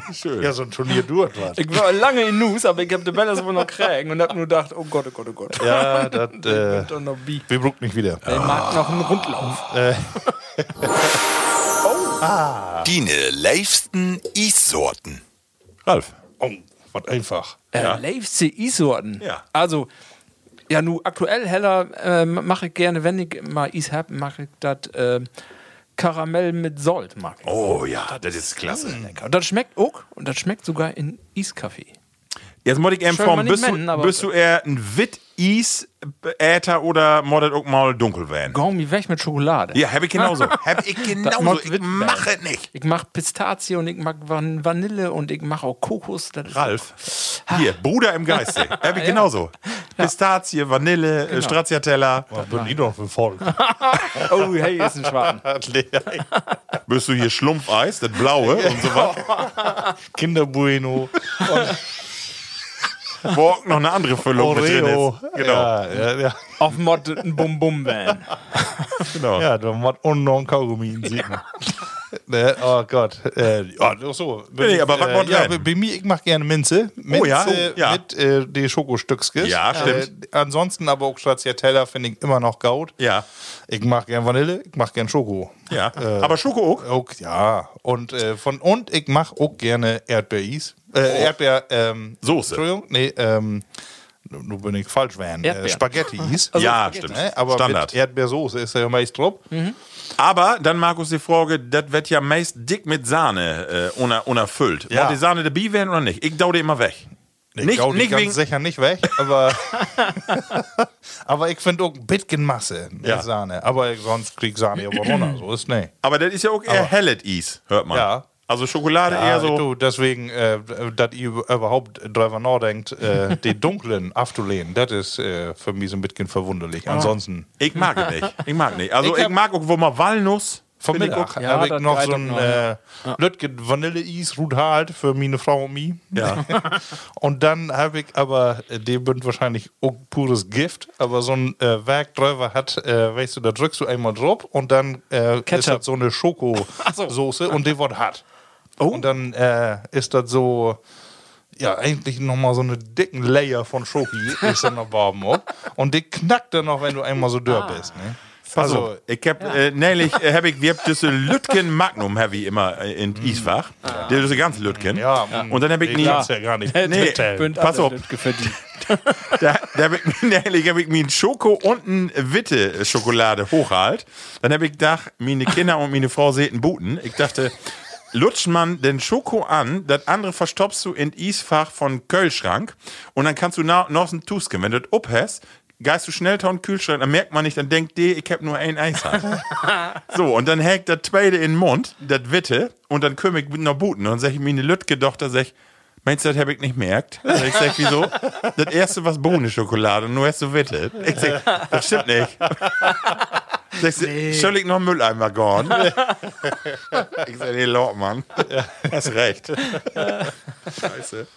Ja, schön. Ja, so ein Turnier dauert was. Ich war lange in News, aber ich habe die Bälle wohl noch kriegen und habe nur gedacht, oh Gott, oh Gott, oh Gott. Ja, das. Äh, Und dann noch Bi. wir brucken nicht wieder. Der mag noch einen Rundlauf. Dine leifsten Issorten. Ralf. Oh, was einfach. Äh, Leifste E-Sorten. Ja. Also, ja, nu aktuell heller äh, mache ich gerne, wenn ich mal Eis hab, mache ich das äh, Karamell mit Salt. Mag ich. Oh ja, das ist klasse. Hm. Und das schmeckt auch und das schmeckt sogar in Eiskaffee. Jetzt muss ich eben Schön, fragen, man nicht bist, meinen, du, aber- bist du eher ein Wit-Eis-Äther oder mordet auch mal dunkel werden? Gaumi weg mit Schokolade. Ja, hab ich genauso. hab ich genauso. macht Ich Witz, mache es nicht. Ich mache Pistazie und ich mag Van Vanille und ich mache auch Kokos. Das ist- Ralf, hier, Bruder im Geiste. Hab ich genauso. Pistazie, Vanille, genau. Stracciatella. Was bin ich doch für Volk? Oh, hey, ist ein Schwaben. Bist du hier Schlumpfeis, das blaue und so was? Kinderbueno, Wo auch noch eine andere Füllung mit drin Oreo. ist. Genau, Ja, ja, ja. Auf Mod ein Bum Bum Van. genau. ja da macht unnorm Kaugummi in Siegen. Ne? Oh Gott. Äh, ja, ach so. äh, Nee, aber was wollt ihr ja, denn? bei- Bei mir, ich mache gerne Minze. Minze ja? Ja. mit äh, den Schokostückskis. Ja, stimmt. Äh, ansonsten aber auch Stracciatella finde ich immer noch gaut. Ja. Ich mache gern Vanille, ich mache gern Schoko. Ja. Aber Schoko auch? Auch, ja. Und, äh, von, und ich mache auch gerne Erdbeeris. Äh, Erdbeer. Ähm, Oh. Soße. Entschuldigung, nee, ähm, nun bin ich falsch, Van. Äh, Erdbeeren. Spaghettis. ja, stimmt. Ne? Aber Standard. mit Erdbeersoße ist ja meist drauf. Mhm. Aber dann, Markus, die Frage, das wird ja meist dick mit Sahne äh, uner, unerfüllt. Ja. Ja. Wollt die Sahne dabei werden oder nicht? Ich dau die immer weg. Ich nicht nicht, nicht ganz wegen. sicher nicht weg, aber, aber ich finde auch ein bisschen Masse mit Ja. Sahne. Aber ich- sonst krieg Sahne ja wohl runter, so ist nicht. Aber das ist ja auch eher hellet Eis, hört man. Ja. Also Schokolade Ja, eher so. Ah, du, deswegen, äh, dass ihr überhaupt drüber nachdenkt, äh, den dunklen abzulehnen, das ist äh, für mich so ein bisschen verwunderlich. Ah. Ansonsten Ich mag es nicht. Ich mag nicht. Also Ich ich, hab- mag auch, wo man Walnuss. vom find ich Mittag Ja, habe ich das noch geht so doch ein noch, äh, Lötgen Vanille-Eis, Ruth halt für meine Frau und mich. Ja. Und dann habe ich aber, äh, dem bünd wahrscheinlich auch pures Gift, aber so ein äh, Werkdräuber hat, äh, weißt du, da drückst du einmal drauf und dann äh, ist Ketchup. das so eine so. Oh. Schokosoße und die wird hart. Und dann äh, ist das so, ja, eigentlich nochmal so einen dicken Layer von Schoki ist dann noch oben ab. Und die knackt dann noch, wenn du einmal so Ah. dürr bist. Ne? Pass auf, ich hab äh, neulich, äh, hab ich, wir haben diese Lütgen Magnum Heavy immer äh, in Eisfach. Der ist ganz Lütgen. Mm. Ja, mm, Und dann hab ich ich nie. kann's ja gar nicht. Nee, mitteilen. Bünd pass alle auf. Lütke verdient. Da, da habe ich, mir- ehrlich, hab ich mir einen Schoko und eine Witte-Schokolade hochhalt. Dann habe ich gedacht, meine Kinder und meine Frau sehten Buten. Ich dachte, lutsch man den Schoko an, das andere verstopfst du in Isfach von Kölschrank und dann kannst du na, noch ein Tusken. Wenn du das ophäst, geist du schnell in den Kühlschrank, dann merkt man nicht, dann denkt die, ich hab nur ein Eis. halt. so, und dann hängt das zweite in den Mund, das Witte, und dann kümmere ich noch Buten. Und dann sag ich mir eine Lütgedochter, sag ich, Meinst du, das habe ich nicht merkt? Und ich sag, wieso? Das erste was Bohnenschokolade und nur hast du Witte. Ich sag, das stimmt nicht. Sagst du, soll ich noch einen Mülleimer gorn? Ich sag, nee, Lord, Mann. Hast recht. Scheiße.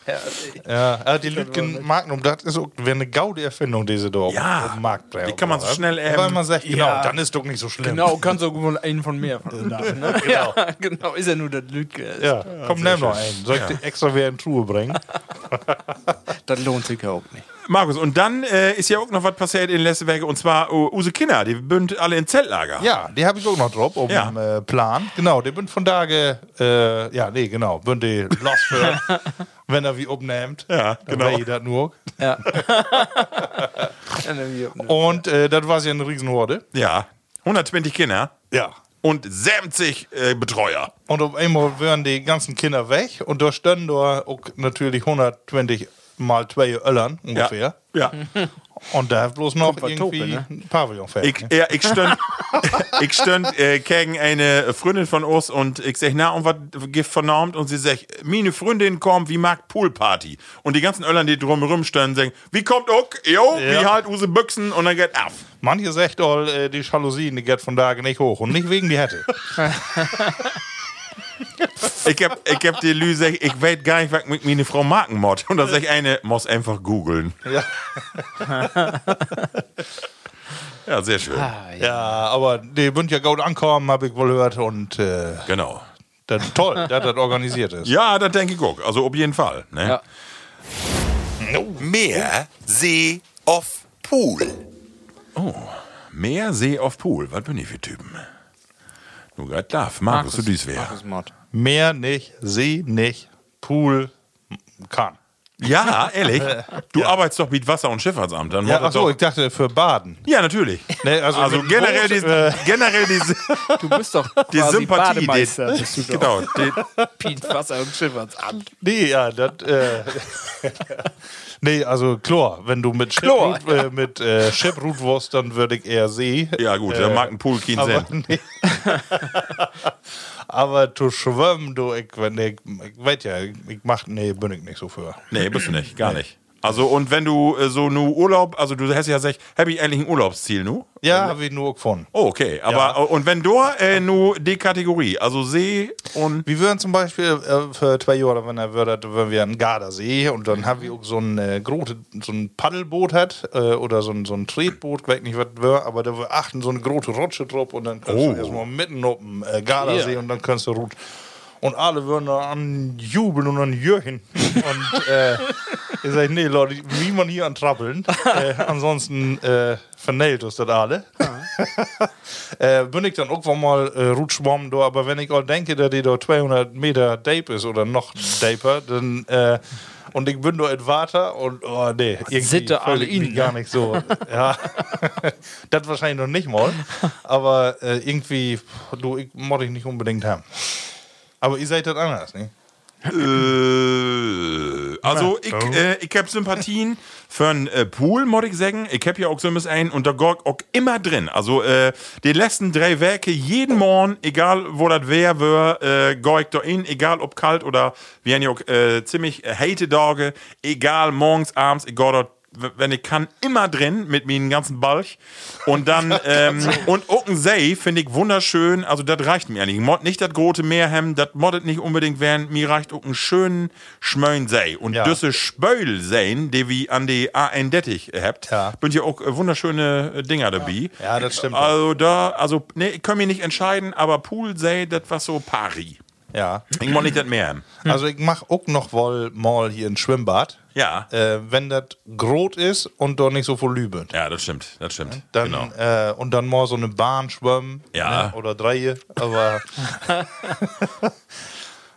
Ja, äh, die Lütgen Magnum, das ist auch- wäre eine gaude Erfindung, diese da. Ja, Markt die kann man so schnell, ähm, Weil man sagt, genau, ja. dann ist doch nicht so schlimm. Genau, kannst du wohl einen von mehr von ne? genau. Ja, genau, ist ja nur das Lütke. Ja, komm, nimm noch einen. Soll ich dir extra wieder in Truhe bringen? Das lohnt sich ja auch nicht. Markus, und dann äh, ist ja auch noch was passiert in letzter Woche. Und zwar uh, Use Kinder, die bünd alle in Zeltlager. Ja, die habe ich auch noch drauf, um Ja. äh, Plan. Genau, die bin von da ge, äh, ja, nee, genau, bin die los für, wenn er wie obnehmt. Ja, genau. Dann wär ich das nur. Ja. Dann Und äh, das war ja eine Riesenhorde. ja. 120 Kinder Ja. und 70 äh, Betreuer. Und auf einmal wären die ganzen Kinder weg und da standen da auch natürlich 120 mal zwei Öllern ungefähr. Ja. ja. Und da hat bloß noch was irgendwie Tope, ne? ein Pavillon ne? fällt. Ich, ja, ich stönt, ich stönt äh, gegen eine Freundin von uns und ich sag, na, und was Gift vernormt? Und sie sagt, meine Freundin kommt, wie mag Poolparty? Und die ganzen Öllern, die drumherum stehen, sagen, wie kommt ok? Jo, Ja. wie halt use Büchsen und dann geht af. Manche sagt all, äh, die Jalousien, die geht von da nicht hoch. Und nicht wegen die Hätte. Ich hab, ich hab die Lü sag, ich weiß gar nicht, was mit meine Frau Marken mod. Und dann sag ich eine, muss einfach googeln. ja. Ja, sehr schön. Ah, ja, aber die sind ja gut ankommen, habe ich wohl gehört. Und äh, Genau. das, toll, dass das organisiert ist. Ja, das denke ich auch. Also, auf jeden Fall. Ne? Ja. Meer, See, Off, Pool. Oh, Meer See auf Pool. Was bin ich für Typen? Nur grad darf. Markus, du dies wär. Mod. Meer nicht, See nicht, Pool kann. Ja, ehrlich. Du arbeitest doch mit Wasser- und Schifffahrtsamt. Dann Ja, macht das ach so, doch- ich dachte für Baden. ja natürlich. Nee, also also mit dem generell, Boot, die, äh, generell die, Du bist doch die quasi Sympathie. Bademeister, Die, bist du doch. genau, die, Piet Wasser und Schifffahrtsamt. Nee, ja, das. Äh, nee, also Chlor. Wenn du mit Chlor, Schiffrut äh, mit, äh, Schiffrut wirst, dann würde ich eher See. ja gut, äh, da mag ein Pool keinen aber, Sinn. nee. aber du schwimmen, du, ich, wenn ich, ich weiß ja, ich mach, nee, bin ich nicht so für. Nee, bist du nicht, gar nicht. Also, und wenn du äh, so nur Urlaub, also du hast ja gesagt, habe ich eigentlich ein Urlaubsziel nu? Ja, habe ich nur gefunden. Oh, okay. Aber, Ja. äh, und wenn du äh, nur die Kategorie, also See und. Wir würden zum Beispiel äh, für zwei Jahre, wenn er würde, wenn wir einen Gardasee und dann haben wir auch so ein äh, großes, so ein Paddelboot hat äh, oder so ein, so ein Tretboot, ich weiß nicht, was wir, aber da wir achten, so eine große Rutsche drauf und dann kannst Oh. du erstmal mitten auf dem äh, Gardasee Ja. und dann kannst du rutschen. Und alle würden da anjubeln und anjürchen. und äh, ich sage, nee, Leute, wie man hier antrappeln. äh, ansonsten äh, vernäht uns das alle. Äh, bin ich dann irgendwann mal äh, rutschwommen da, aber wenn ich auch denke, dass die da 200 Meter Dape ist oder noch Daper, dann äh, und ich bin da in Water und oh nee, irgendwie Sitte voll alle irgendwie ihn, ne? gar nicht so. ja. das wahrscheinlich noch nicht mal, aber äh, irgendwie, pff, du, ich mochte ich nicht unbedingt haben. Aber ihr seid das anders, ne? Äh, also ich, äh, ich habe Sympathien für einen äh, Pool, muss ich sagen. Ich habe ja auch so ein und da gorg auch immer drin. Also äh, die letzten drei Werke jeden Morgen, egal wo das wer wär, äh, gorg ich da in, egal ob kalt oder wir haben ja auch äh, ziemlich äh, hate Dage, egal morgens, abends, ich gorg dort w- wenn ich kann, immer drin mit meinen ganzen Balch. Und dann, ähm, und Ocken See finde ich wunderschön. Also, das reicht mir eigentlich. Mod nicht das große Meerhem, das moddet nicht unbedingt werden. Mir reicht auch einen schönen Schmölln See. Und Ja. düsse Spöll sehen, die wie an die A1 Dettich habt, Ja. sind ja auch äh, wunderschöne äh, Dinger dabei. Ja, das stimmt. Also, da, also, nee, ich kann mich nicht entscheiden, aber Pool See, das was so pari. Ja. Ich mag nicht das Meerhem. Also ich mache auch noch wohl mal hier ein Schwimmbad. Ja. Äh, wenn das grot ist und doch nicht so viel Lübe. Ja, das stimmt, das stimmt. Dann, genau. äh, und dann mal so eine Bahn schwimmen. Ja. Ne? Oder drei. Aber,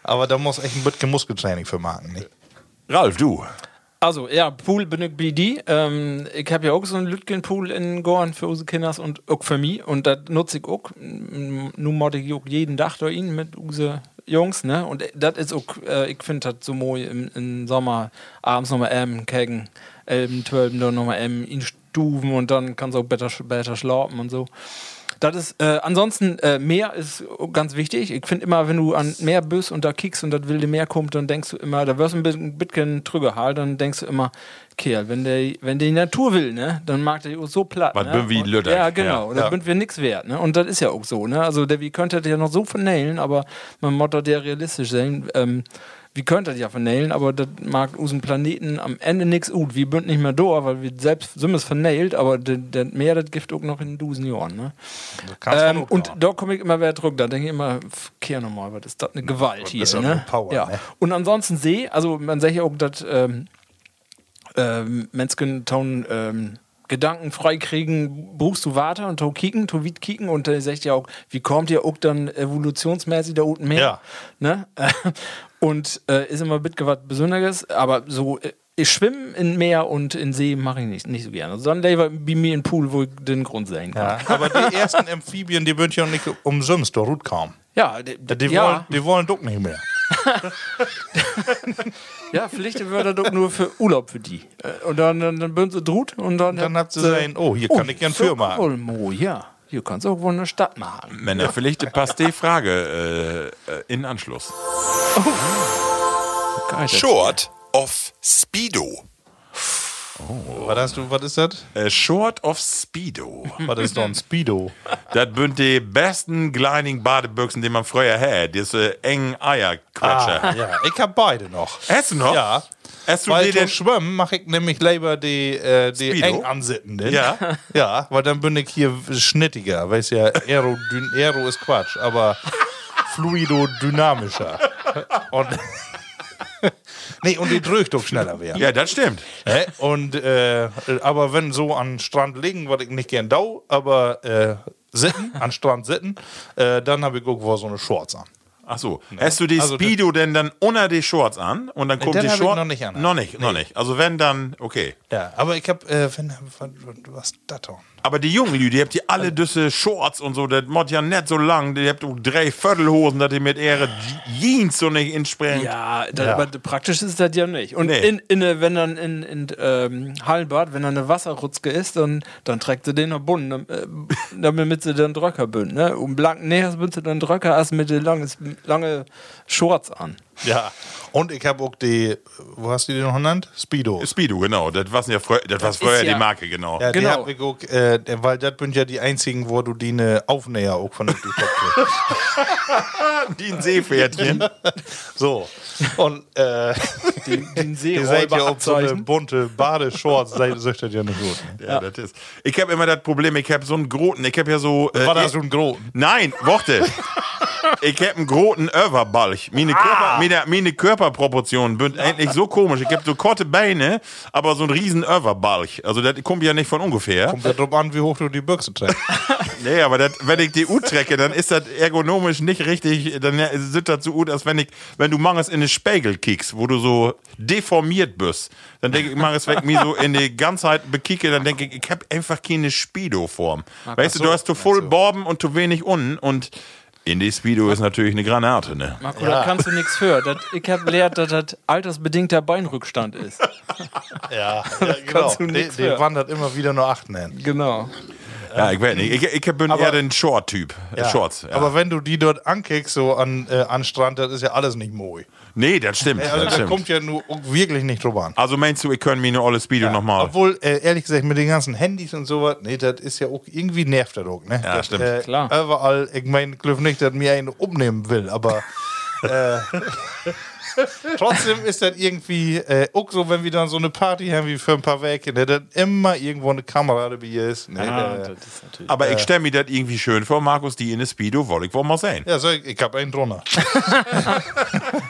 aber da muss echt ein bisschen Muskeltraining für machen. Ne? Ähm, Ralf, du. Also, ja, Pool bin ich BD. Ähm, ich habe ja auch so einen Lütgen-Pool in Gorn für unsere Kinder und auch für mich. Und das nutze ich auch. Mm, Nun mod ich auch jeden Tag da ihn mit unsere Jungs, ne? Und das ist auch, äh, ich finde das so mooi im, im Sommer. Abends nochmal M, Keggen, Elben, Twölben, dann nochmal M in Stufen und dann kannst du auch besser, sch- besser schlafen und so. Das ist, äh, ansonsten, äh, Meer ist ganz wichtig. Ich finde immer, wenn du an Meer bist und da kickst und das wilde Meer kommt, dann denkst du immer, da wirst du ein bisschen- ein bisschen trüger halt, dann denkst du immer, Kerl, wenn der, wenn die Natur will, ne, dann mag der auch so platt. Was ne? bin wie Und- Lüttich, Ja, genau. ja. Da sind wir nichts wert, ne? Und das ist ja auch so, ne? Also, der, wie könnte der noch so vernailen, aber man muss da ja realistisch sein. Ähm, wie könnte das ja vernailen, aber das mag unseren Planeten am Ende nichts gut. Wir bünden nicht mehr da, weil wir selbst sind es vernailt, aber das das Meer, das gibt auch noch in Dusen Jahren, ne? Das kannst du Ähm, auch und machen. da komme ich immer wieder zurück. Da denke ich immer, pf, kehr nochmal, was ist das eine Gewalt hier? ist das ne? eine Power, ja. ne? Und ansonsten See, also man sagt ja auch, dass ähm, ähm, Menschen tun, ähm, Gedanken freikriegen, buchst du weiter und tun kicken, tun weit kicken und dann sagt ja auch, wie kommt ihr auch dann evolutionsmäßig da unten her? Ja. Ne? und äh, ist immer ein bisschen was Besonderes, aber so. Äh, ich schwimme in Meer und in See mache ich nicht, nicht so gerne. Sondern lieber bei mir in Pool, wo ich den Grund sehen kann. ja. Aber die ersten Amphibien, die würden ja nicht umsonst, da ruht kaum. Ja, d- d- Die ja. wollen, die wollen doch nicht mehr. Ja, vielleicht würde das nur für Urlaub für die. Äh, Und dann, dann, dann bünden sie drut und dann. Dann habt ihr sein, oh, hier kann ich gern Firma machen. machen. Oh, ja. Hier kannst du auch wohl eine Stadt machen. Männer, vielleicht passt die Frage äh, äh, in Anschluss. Oh. Geil, das- Short of Speedo. Was, hast du, was ist das? Äh, Short of Speedo. Was ist doch ein Speedo? das bünd die besten kleinen Badebüchsen, die man früher hat. Diese engen Eierquetscher. Ah, ja. Ich hab beide noch. Hast du noch? Ja. Hast du Weil die zum denn? Schwimmen mache ich nämlich lieber die, äh, die Speedo? eng ansittenden. Ja. Ja, weil dann bin ich hier schnittiger. Weißt ja, Aerodyn Aero ist Quatsch, aber fluidodynamischer. Und nee, und die drückt doch schneller wäre. Ja, das stimmt. Hä? Und äh, aber wenn so an Strand liegen, was ich nicht gern dau, aber äh, sitten, an Strand sitten, äh, dann habe ich irgendwo so eine Shorts an. Ach so. Hast du die Also das- Speedo denn dann unter die Shorts an? Und dann kommt dann die hab ich Shorts. noch nicht an. Noch nicht, noch nicht. Also wenn dann, okay. Ja, aber ich habe, äh, wenn, was das doch? Aber die jungen Lü, die habt ihr alle düsse Shorts und so, das mod ja nicht so lang. Die habt auch drei Viertelhosen, dass ihr mit ihre Jeans so nicht entspringt. Ja, das, Ja. aber praktisch ist das ja nicht. Und Nee. in, in, äh, wenn dann in, in ähm, Hallenbad, wenn da eine Wasserrutzke ist, dann, dann trägt sie den noch Bund, äh, damit sie dann Dröcker bünden. Ne? Um blanken Nähers bünden sie dann Dröcker als mit den langen lange Shorts an. Ja. Und ich habe auch die, wo hast du die noch genannt? Speedo. Speedo, genau. Das war ja früher, das war's früher ist ja- die Marke, genau. Ja, Genau. Die hab ich auch, äh, weil das sind ja die einzigen, wo du die ne Aufnäher auch vernünftig hast. Die ein Seepferdchen. So. Und äh, Den, den ihr seid ja auch so eine Seeräuberabzeichen. bunte Badeshorts, seid, seid das ja nicht gut. Ne? Ja, das ist. Ich habe immer das Problem, ich habe so einen Groten, ich habe ja so. Äh, War das so ein Groten? Nein, warte. ich hab einen großen Överbalch. Meine, Körper, meine, meine Körperproportionen sind eigentlich so komisch. Ich hab so kurze Beine, aber so einen riesen Överbalch. Also das kommt ja nicht von ungefähr. Kommt ja drauf an, wie hoch du die Büchse trägst. Nee, aber das, wenn ich die U trecke, dann ist das ergonomisch nicht richtig. Dann sind das so gut, als wenn ich, wenn du manches in den Spiegel kickst, wo du so deformiert bist. Dann denke ich, manches weg mir so in die Ganzheit bekicke, dann denke ich, ich hab einfach keine Speedo-Form. Weißt du, du hast zu voll Borben und zu wenig unten und in die Speedo ist natürlich eine Granate, ne? Marco, da kannst du nichts für. Das, ich habe gelernt, dass das altersbedingter Beinrückstand ist. Ja, ja genau. kannst du Die, nix die für. wandert immer wieder nur acht nennen. Genau. Ja, ich weiß nicht. Ich, ich bin eher den Short-Typ. Äh, Shorts. Ja. Aber wenn du die dort ankickst, so an, äh, an Strand, das ist ja alles nicht moi. nee, das stimmt. Also das da stimmt. kommt ja nur wirklich nicht drüber an. Also meinst du, ich könnte mir eine olle Speedo nochmal. Obwohl, äh, ehrlich gesagt, mit den ganzen Handys und sowas, nee, das ist ja auch irgendwie nervt der Druck, ne? Ja, das, stimmt. Äh, Klar. Überall, ich meine, Glück nicht, dass mir einen umnehmen will, aber äh, trotzdem ist das irgendwie äh, auch so, wenn wir dann so eine Party haben wie für ein paar Wege, ne, dann immer irgendwo eine Kamera dabei ist. Ne, Ah, äh, ist natürlich. Aber ich stelle mir das irgendwie schön vor, Markus, die in der Speedo wollte ich wohl mal sehen. ja, so, ich, ich hab einen drunter.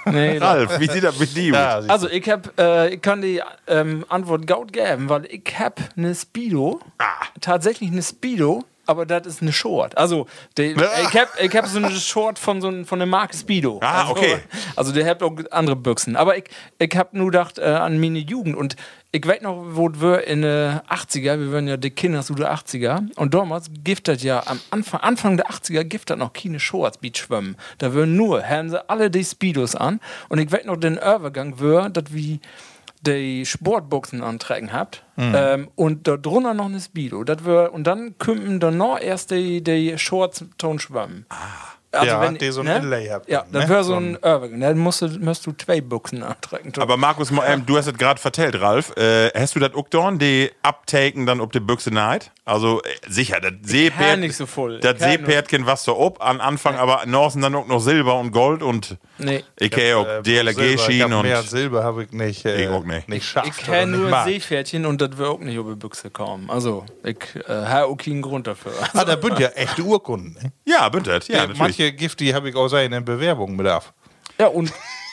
Nee, Ralf, wie sieht das mit dir aus? siehst du. Also ich hab, äh, ich kann die ähm, Antwort gaut geben, weil ich hab eine Speedo, tatsächlich eine Speedo, aber das ist eine Short. Also die, ich, hab, ich hab so eine Short von so ein- von der Marke Speedo. Ah, also, okay. Also der hat auch andere Büchsen. Aber ich, ich hab nur gedacht äh, an meine Jugend und ich weiß noch, wo wir in den 80er, wir waren ja die Kinder zu der 80er und damals gibt das ja am Anfang, Anfang der 80er gibt das noch keine Shorts Beach schwimmen. Da würden nur, haben sie alle die Speedos an und ich weiß noch den Übergang wär, dass wir die Sportboxen antragen habt Mhm. ähm, und da drunter noch eine Speedo. Das wär, und dann könnten dann noch erst die, die Shorts ton schwimmen. Also Ja, die so ein Inlay habt, Ja, ne? dann wäre so So ein Irving. Dann musst du, musst du zwei Büchsen antragen. Aber Markus, mo- ähm, du hast das gerade vertellt, Ralf. Äh, hast du das auch getan, die Uptaken dann ob die Büchse neid? Also äh, sicher, das Seepferd, nicht so voll. Ich das kann Seepferdchen was so ob, an Anfang aber Norsen dann auch noch Silber und Gold und Nee. ich ja auch Äh, Silber, ich hab DLG-Schienen und Mehr als Silber habe ich nicht. Äh, Ich auch nicht. schafft ich oder kenne nicht nur mag. Seepferdchen und das wird auch nicht über Büchse kommen. Also, ich äh, habe auch keinen Grund dafür. Ah, da bünd ja echte Urkunden. Ne? ja, bündert, ja, Ja, natürlich. manche Gift, die habe ich aus einer Bewerbung mit auf. Ja, und,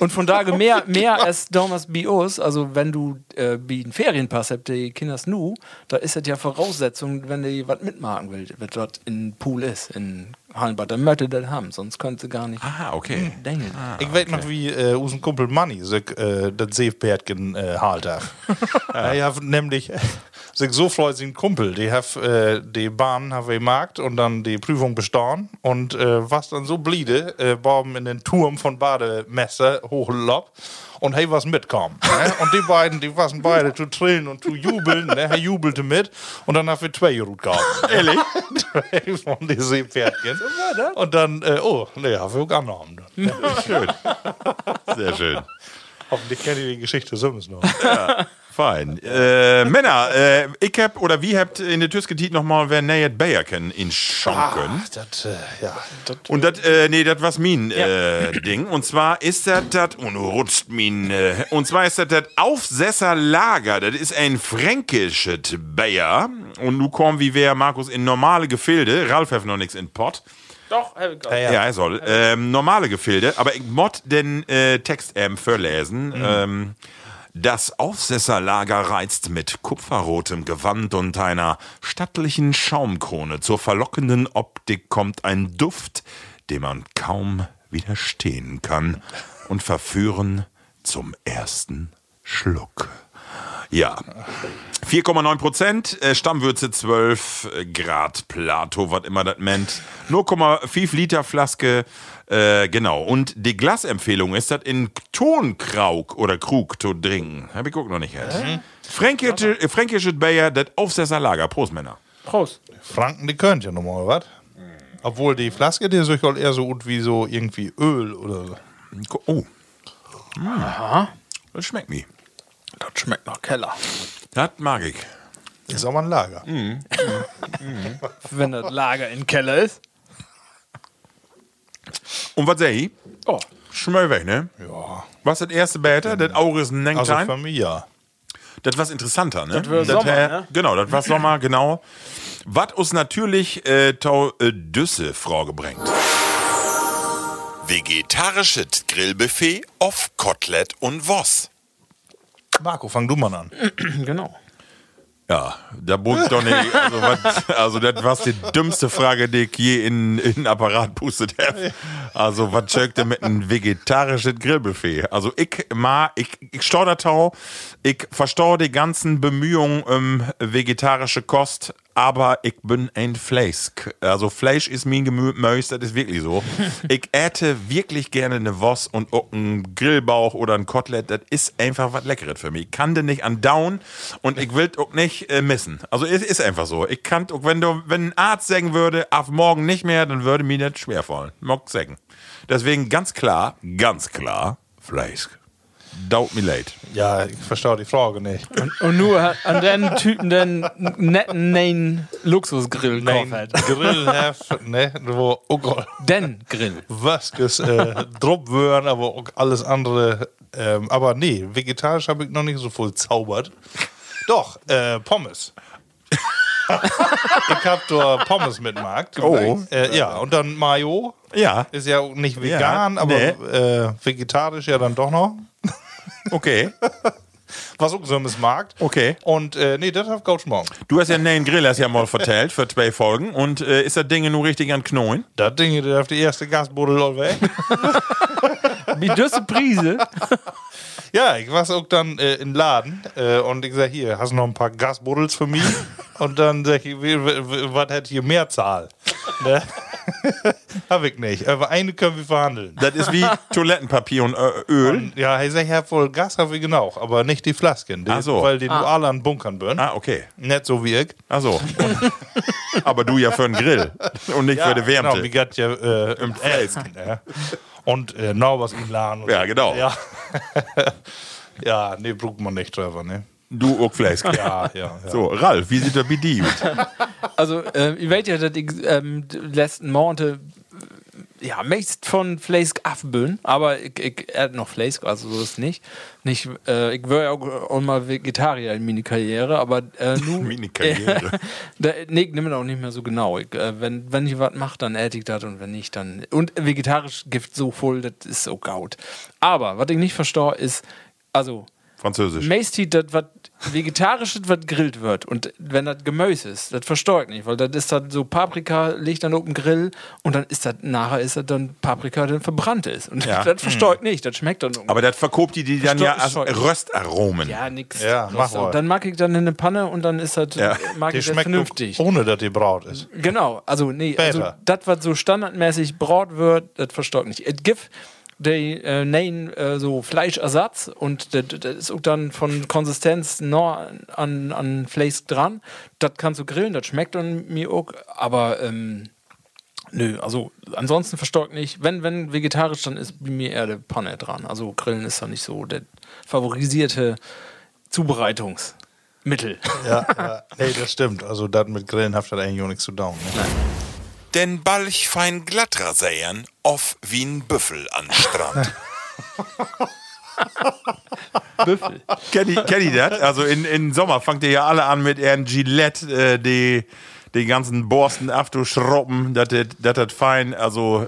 und von daher mehr, mehr als damals bei uns, also wenn du äh, wie einen Ferienpass habt, die Kinder nu, da ist das ja Voraussetzung, wenn die was mitmachen will, was dort in Pool ist, in Hallenbad, dann möchte das haben, sonst könnt sie gar nicht Ah, okay. denken. ich weiß noch, wie äh, unseren Kumpel Manni sich, äh, das Seepferdchen äh, halt hat. Er hat nämlich sich so freut sein Kumpel. Die hat äh, die Bahn hab ich gemacht und dann die Prüfung bestanden. Und äh, was dann so bliebe, äh, Boben in den Turm von Bademesser hochlob. Und hey, was mitkommen. Ne? Und die beiden, die waren beide zu trillen und zu jubeln. Ne? Er jubelte mit. Und dann haben wir zwei Jahre gehabt. Ehrlich? Zwei von den Seepferdchen. Und dann, äh, oh, ne, hab ich auch angenommen. schön. Sehr schön. Hoffentlich kennt ihr die Geschichte Sims noch. Fein. Äh, Männer, äh, ich hab oder wie habt in der Tüsketit nochmal, wer Nayet Bayer kennen, ihn schauen können? das, äh, ja. Und das, äh, nee, das was mein äh, Ding. Und zwar ist das das, und rutscht min, äh, und zwar ist das das Aufsesserlager. Das ist ein fränkisches Bayer. Und nu kommen wie wer, Markus, in normale Gefilde. Ralf hat noch nichts in Pott. Doch, habe ich gar Ja, er soll. Ähm, normale Gefilde. Aber ich mod den äh, Text ähm, verlesen. Ähm, das Aufsesserlager reizt mit kupferrotem Gewand und einer stattlichen Schaumkrone. Zur verlockenden Optik kommt ein Duft, dem man kaum widerstehen kann und verführen zum ersten Schluck. Ja. 4,9 Prozent, äh, Stammwürze 12 äh, Grad Plato, was immer das meint. 0,5 Liter Flaske, äh, genau. Und die Glasempfehlung ist das in Tonkrauk oder Krug zu trinken. Hab ich guck noch nicht. Äh? Fränkische, äh, Fränkische Bayer, das Aufsässerlager. Prost, Männer. Prost. Franken, die könnt ja nochmal, was? Obwohl die Flaske, die ist eher so gut wie so irgendwie Öl oder so. Oh. Das schmeckt mir. Das schmeckt nach Keller. Das mag ich. Ist aber ein Lager. Wenn das Lager in Keller ist. Und was sehe ich? Oh. Schmöll weg, ne? Ja. Was ist das erste Bäter? Das Auris Also Nengtime? für mich ja. Das war interessanter, ne? Das war Sommer, wär- ne? Genau, das war Sommer, genau. Was uns natürlich äh, Tau äh, Düsse Frage bringt. Vegetarisches Grillbuffet auf Kotelett und Voss. Marco, fang du mal an. Genau. Ja, da bot doch nicht. Also, was, also das war die dümmste Frage, die ich je in den Apparat pustet habe. Also, was checkt ihr mit einem vegetarischen Grillbuffet? Also, ich ma, ich, ich stauder tau, ich verstau die ganzen Bemühungen um vegetarische Kost, aber ich bin ein Fleisk. Also, Fleisch ist mein Gemüse, das ist wirklich so. Ich äte wirklich gerne eine Wurst und auch einen Grillbauch oder ein Kotelett, das ist einfach was Leckeres für mich. Ich kann den nicht andauen und ich will auch nicht äh, missen. Also es ist einfach so. Ich kann, auch wenn, du, wenn ein Arzt sagen würde, ab morgen nicht mehr, dann würde mir das schwerfallen. Mock sagen. Deswegen ganz klar, ganz klar, Fleisch. Doubt me late. Ja, ich verstehe die Frage nicht. Und nur hat an den Typen den netten neuen Luxusgrill halt. gekauft Nein, hat. Grillheft, ne, wo oh Gott, Den Grill. was ist äh, Dropwörn, aber auch alles andere. Ähm, aber nee, vegetarisch habe ich noch nicht so voll zaubert. Doch, äh, Pommes. ich habe da Pommes mit Markt. Oh. Äh, ja, und dann Mayo. Ja, Ist ja auch nicht vegan, Ja, aber nee. äh, vegetarisch ja dann doch noch. okay. Was auch so ist Markt. Okay. Und äh, nee, das hat Couch morgen. Du hast ja einen Grill, hast ja mal vertellt für zwei Folgen. Und äh, ist das Ding nur richtig an Knoen? Das Ding, das auf die erste Gasbuddel läuft weg. Wie düsse Prise. Ja, ich war auch dann äh, im Laden äh, und ich sag, hier, hast du noch ein paar Gasbuddels für mich? und dann sag ich, wie- w- w- was hätte hier mehr Zahl? Ne? Hab ich nicht. Aber eine können wir verhandeln. Das ist wie Toilettenpapier und äh, Öl. Ja, ich sag, ich hab wohl Gas, hab ich genau, aber nicht die Flasken, die, Ach so. weil die ah. alle an Bunkern würden. Ah, okay. Nicht so wie ich. Ach so. Aber du ja für einen Grill und nicht für die Wärmte. Genau, wie gesagt, ja, äh, im Fels. Ne? Und äh, noch was im Laden. und Ja, so. genau. Ja. ja, nee, braucht man nicht, Trevor, ne? du Urkfleisch. Ja, ja, ja. So, Ralf, wie sieht der BD aus? Also, ähm, ihr wisst ja, dass ich ähm, die letzten Monate äh, ja, meist von Fleisk abbühen, aber ich, ich esse noch Fleisk, also so ist nicht. nicht äh, ich war ja auch, auch mal Vegetarier in meiner Karriere, aber äh, nu, Mini-Karriere. da, nee, ich nehme das auch nicht mehr so genau. Ich, äh, wenn, wenn ich was mache, dann esse ich das und wenn nicht, dann. Und vegetarisch Gift so voll, das ist so gaut. Aber was ich nicht verstehe, ist, also. Französisch. Mace das was vegetarisches, was grillt wird. Und wenn das Gemüse ist, das verstehe ich nicht, weil das ist dann so Paprika, legt dann auf den Grill und dann ist das, nachher ist das dann Paprika, dann verbrannt ist. Und Ja. das verstehe ich Hm. nicht, das schmeckt dann irgendwie. Aber das verkobt die, die dann ja als Verstopptes Zeug. Röstaromen. ja, nix. Ja, mach So, mal. dann mag ich dann in eine Panne und dann ist das, Ja. mag Die ich das schmeckt vernünftig. ohne, dass die braut ist. Genau, also nee, also Später. das, was so standardmäßig braut wird, das verstehe ich nicht. Es gibt die äh, neuen äh, so Fleischersatz und das das ist auch dann von Konsistenz noch an, an Fleisch dran. Das kannst du grillen, das schmeckt dann mir auch, aber ähm, nö, also ansonsten verstehe ich nicht. Wenn, wenn vegetarisch, dann ist bei mir eher der Panne dran. Also grillen ist da nicht so der favorisierte Zubereitungsmittel. Ja, ja. Nee, das stimmt. Also das mit Grillen hat das eigentlich auch nichts zu tun. Ne? Denn balch fein glattraseiern off wie ein Büffel an Strand. Büffel. Kennt ihr- kennt ihr das? Also in, in Sommer fangt ihr ja alle an mit ihren Gillette, äh, die, die ganzen Borsten abzuschrubben, dass das dass das fein, also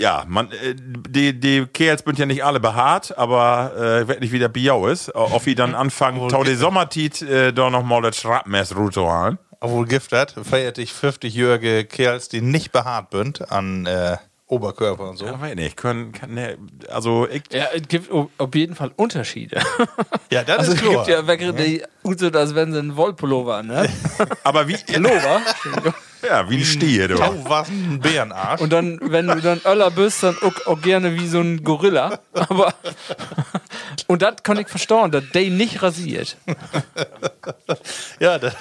ja, man, äh, die, die Kerls sind ja nicht alle behaart, aber äh, ich weiß nicht, wie der Biau ist. Ob die dann anfangen, tau die Sommertit äh, doch nochmal das Schrappmess runterholen. Obwohl giftet, feiert dich 50-jährige Kerls, die nicht behaart sind an äh, Oberkörper und so. Ja, weiß nicht, können, kann, ne, also ich, Ja, es gibt o- auf jeden Fall Unterschiede. Ja, das also ist es gibt klar. ja welche, die gut sind, als wenn sie einen Wollpullover an, ne? aber wie, Pullover. ja, wie ein Stier, du. Tau, was ein Bärenarsch. Und dann, wenn du dann Öller bist, dann auch, auch gerne wie so ein Gorilla. Aber und das kann ich verstauen, dass Day nicht rasiert. ja, das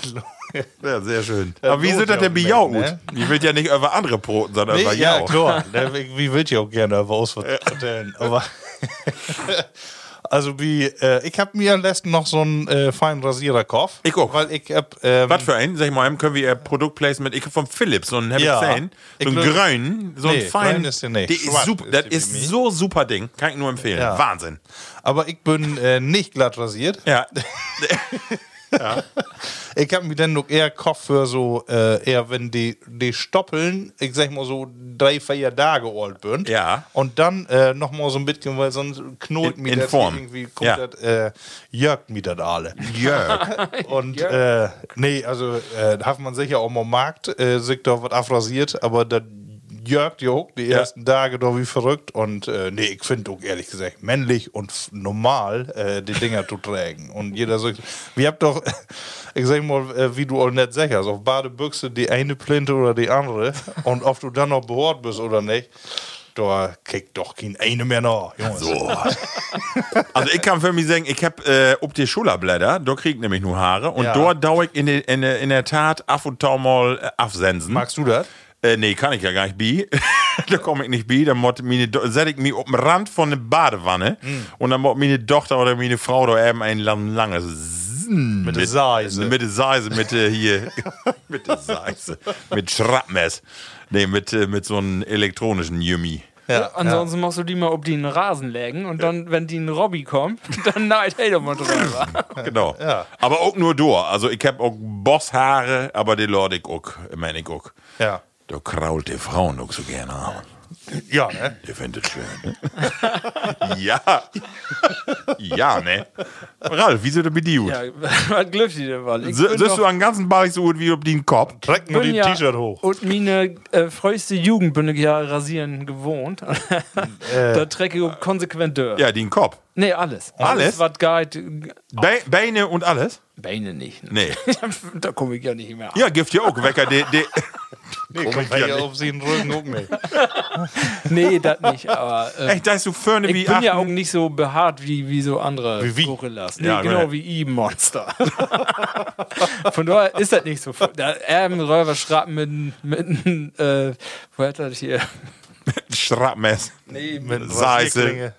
Ja, sehr schön. Aber wie lohnt sind das ja denn auch bejaut? nicht, ne? Ich will ja nicht über andere Broten, sondern Nee, über ja, Jau. klar. Ne, Wie will ich auch gerne über was erzählen. Aber also wie, äh, ich habe mir am letzten noch so einen äh, feinen Rasiererkopf. Ich auch. Weil ich hab, ähm, Was für einen? Sag ich mal, einem können wir ihr Produkt placement. Ich hab vom Philips, so einen Happy Ja. Zane, so Ich einen glaub- grünen, so einen Nee, feinen. grün ist der nicht. Der ist Schwarz super, ist das die ist Mimi. so super Ding. Kann ich nur empfehlen. Ja. Wahnsinn. aber ich bin äh, nicht glatt rasiert. Ja. Ich habe mir dann noch eher Kopf für so, äh, eher wenn die, die Stoppeln, ich sag mal so drei, vier Tage alt bin. Ja. Und dann äh, nochmal so ein bisschen, weil sonst knurrt In- mir in das Form. irgendwie, guckt Ja. das, äh, jörgt mir das alle. Jörg. Und äh, nee, also äh, da hat man sicher auch mal Markt, äh, sich da was abrasiert, aber da jörgt jo die Ja. ersten Tage doch wie verrückt. Und äh, nee, ich finde doch ehrlich gesagt männlich und f- normal, äh, die Dinger zu tragen. Und jeder sagt, wir habt doch, ich sag mal, äh, wie du auch nicht sicher, auf Badebüchse die eine Plinte oder die andere. und ob du dann noch behaart bist oder nicht, da kriegt doch kein eine mehr nach. Jungs. So. Also ich kann für mich sagen, ich hab äh, ob die Schulterblätter, da krieg ich nämlich nur Haare und Ja. dort dau ich in, de, in, de, in der Tat af und tau mal äh, afsensen. Magst du das? Äh, nee, kann ich ja gar nicht bi. da komme ich nicht bi. Da mott meine Do- set ich mich auf den Rand von der Badewanne Mm. und dann mott meine Tochter oder meine Frau da eben ein lang, langes Sinn Mit der Seise. Mit der Seise, mit der hier. mit der Seise. Mit Schrappmess. Nee, mit, äh, mit so einem elektronischen Yummy. Ja, Ansonsten machst du die mal ob die einen Rasen lägen und dann, wenn die ein Robby kommt, dann neid hey doch mal drüber. Genau. Ja. Aber auch nur durch. Also ich hab auch Bosshaare, aber die Leute ich auch, meine ich auch. Ja. Da krault die Frauen auch so gerne an. Ja, ne? Ihr findet schön. ja. ja, ne? Ralf, wieso denn mit dir? Ja, was glückt die denn mal? Ich Siehst bin doch- du an den ganzen Ball so gut wie auf den Kopf? Treck nur die bin ja T-Shirt hoch. Und meine äh, freuste Jugend bin ich ja rasieren gewohnt. Äh. da trecke ich konsequent durch. Ja, den Kopf. Nee, alles. Alles? was geht, Be Beine und alles? Beine nicht. Ne? Nee. da komme ich ja nicht mehr an. Ja, Gift ja auch. Wecker, de, de. Nee, Komisch, komm, ja ja nicht. auf sie den Rücken gucken nicht. Nee, das nicht, aber äh, Echt, da ist so Förne ich wie bin ja auch Achten. nicht so behaart wie, wie so andere Wie wie? Gorillas. Nee, Ja, genau genau. wie I-Monster. Von daher ist das nicht so. Da, er im Räuber schrappen mit, mit einem, äh, wo hat das hier? Schrappmess. Nee, Mit Seise. Rasierklinge.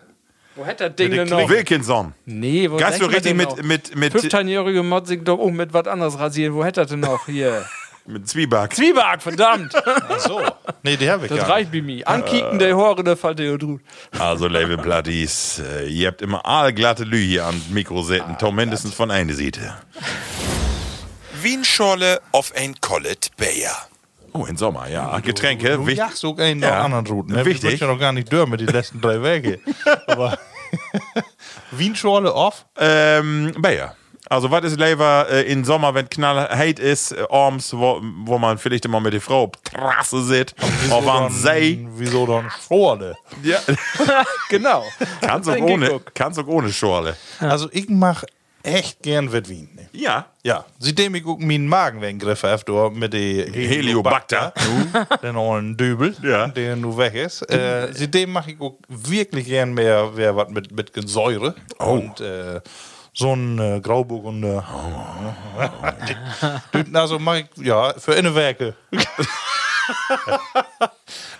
wo hat das Ding mit denn den noch? Wilkinson. Nee, wo Kannst du sag ich richtig mal denn mit, mit, mit, noch? 15-jährige Motzig doch auch mit was anderes rasieren. Wo hätte er denn noch? Hier. mit Zwieback. Zwieback, verdammt! Ach so. Nee, die habe ich Das gar reicht nicht. bei mir. Ankicken der Haare, da fällt der drüber. Also, Label Platties, äh, ihr habt immer allglatte Lü hier am Mikro sitzen. Tom mindestens von einer Seite. Wienschorle auf ein Collet Bayer. Oh, im Sommer, ja. Getränke, Du wichtig. jagst sogar in Ja. ja. anderen Routen. Ne? Wichtig. Ich möchte ja noch gar nicht dürfen mit den letzten drei Wege. Aber Wienschorle off. Ähm, Bayer. Also, was ist Lever äh, im Sommer, wenn knallheit ist, äh, abends, wo, wo man vielleicht immer mit der Frau auf der Trasse sitzt, auf einem See. Wieso dann Schorle? Ja. Genau. kannst, auch Den ohne, Geguck. kannst auch ohne Schorle. Also ich mache echt gern mit Wien. ne? Ja. Ja, seitdem ich gucken meinen Magen wegen Griff hab, du, mit den Heliobacter. den neuen Dübel, Ja. der nun weg ist. Äh, seitdem mache ich auch wirklich gern mehr, mehr was mit, mit Säure. Und äh, so ein äh, Grauburgunder. Die- die- also mache ich, ja, für Innenwerke.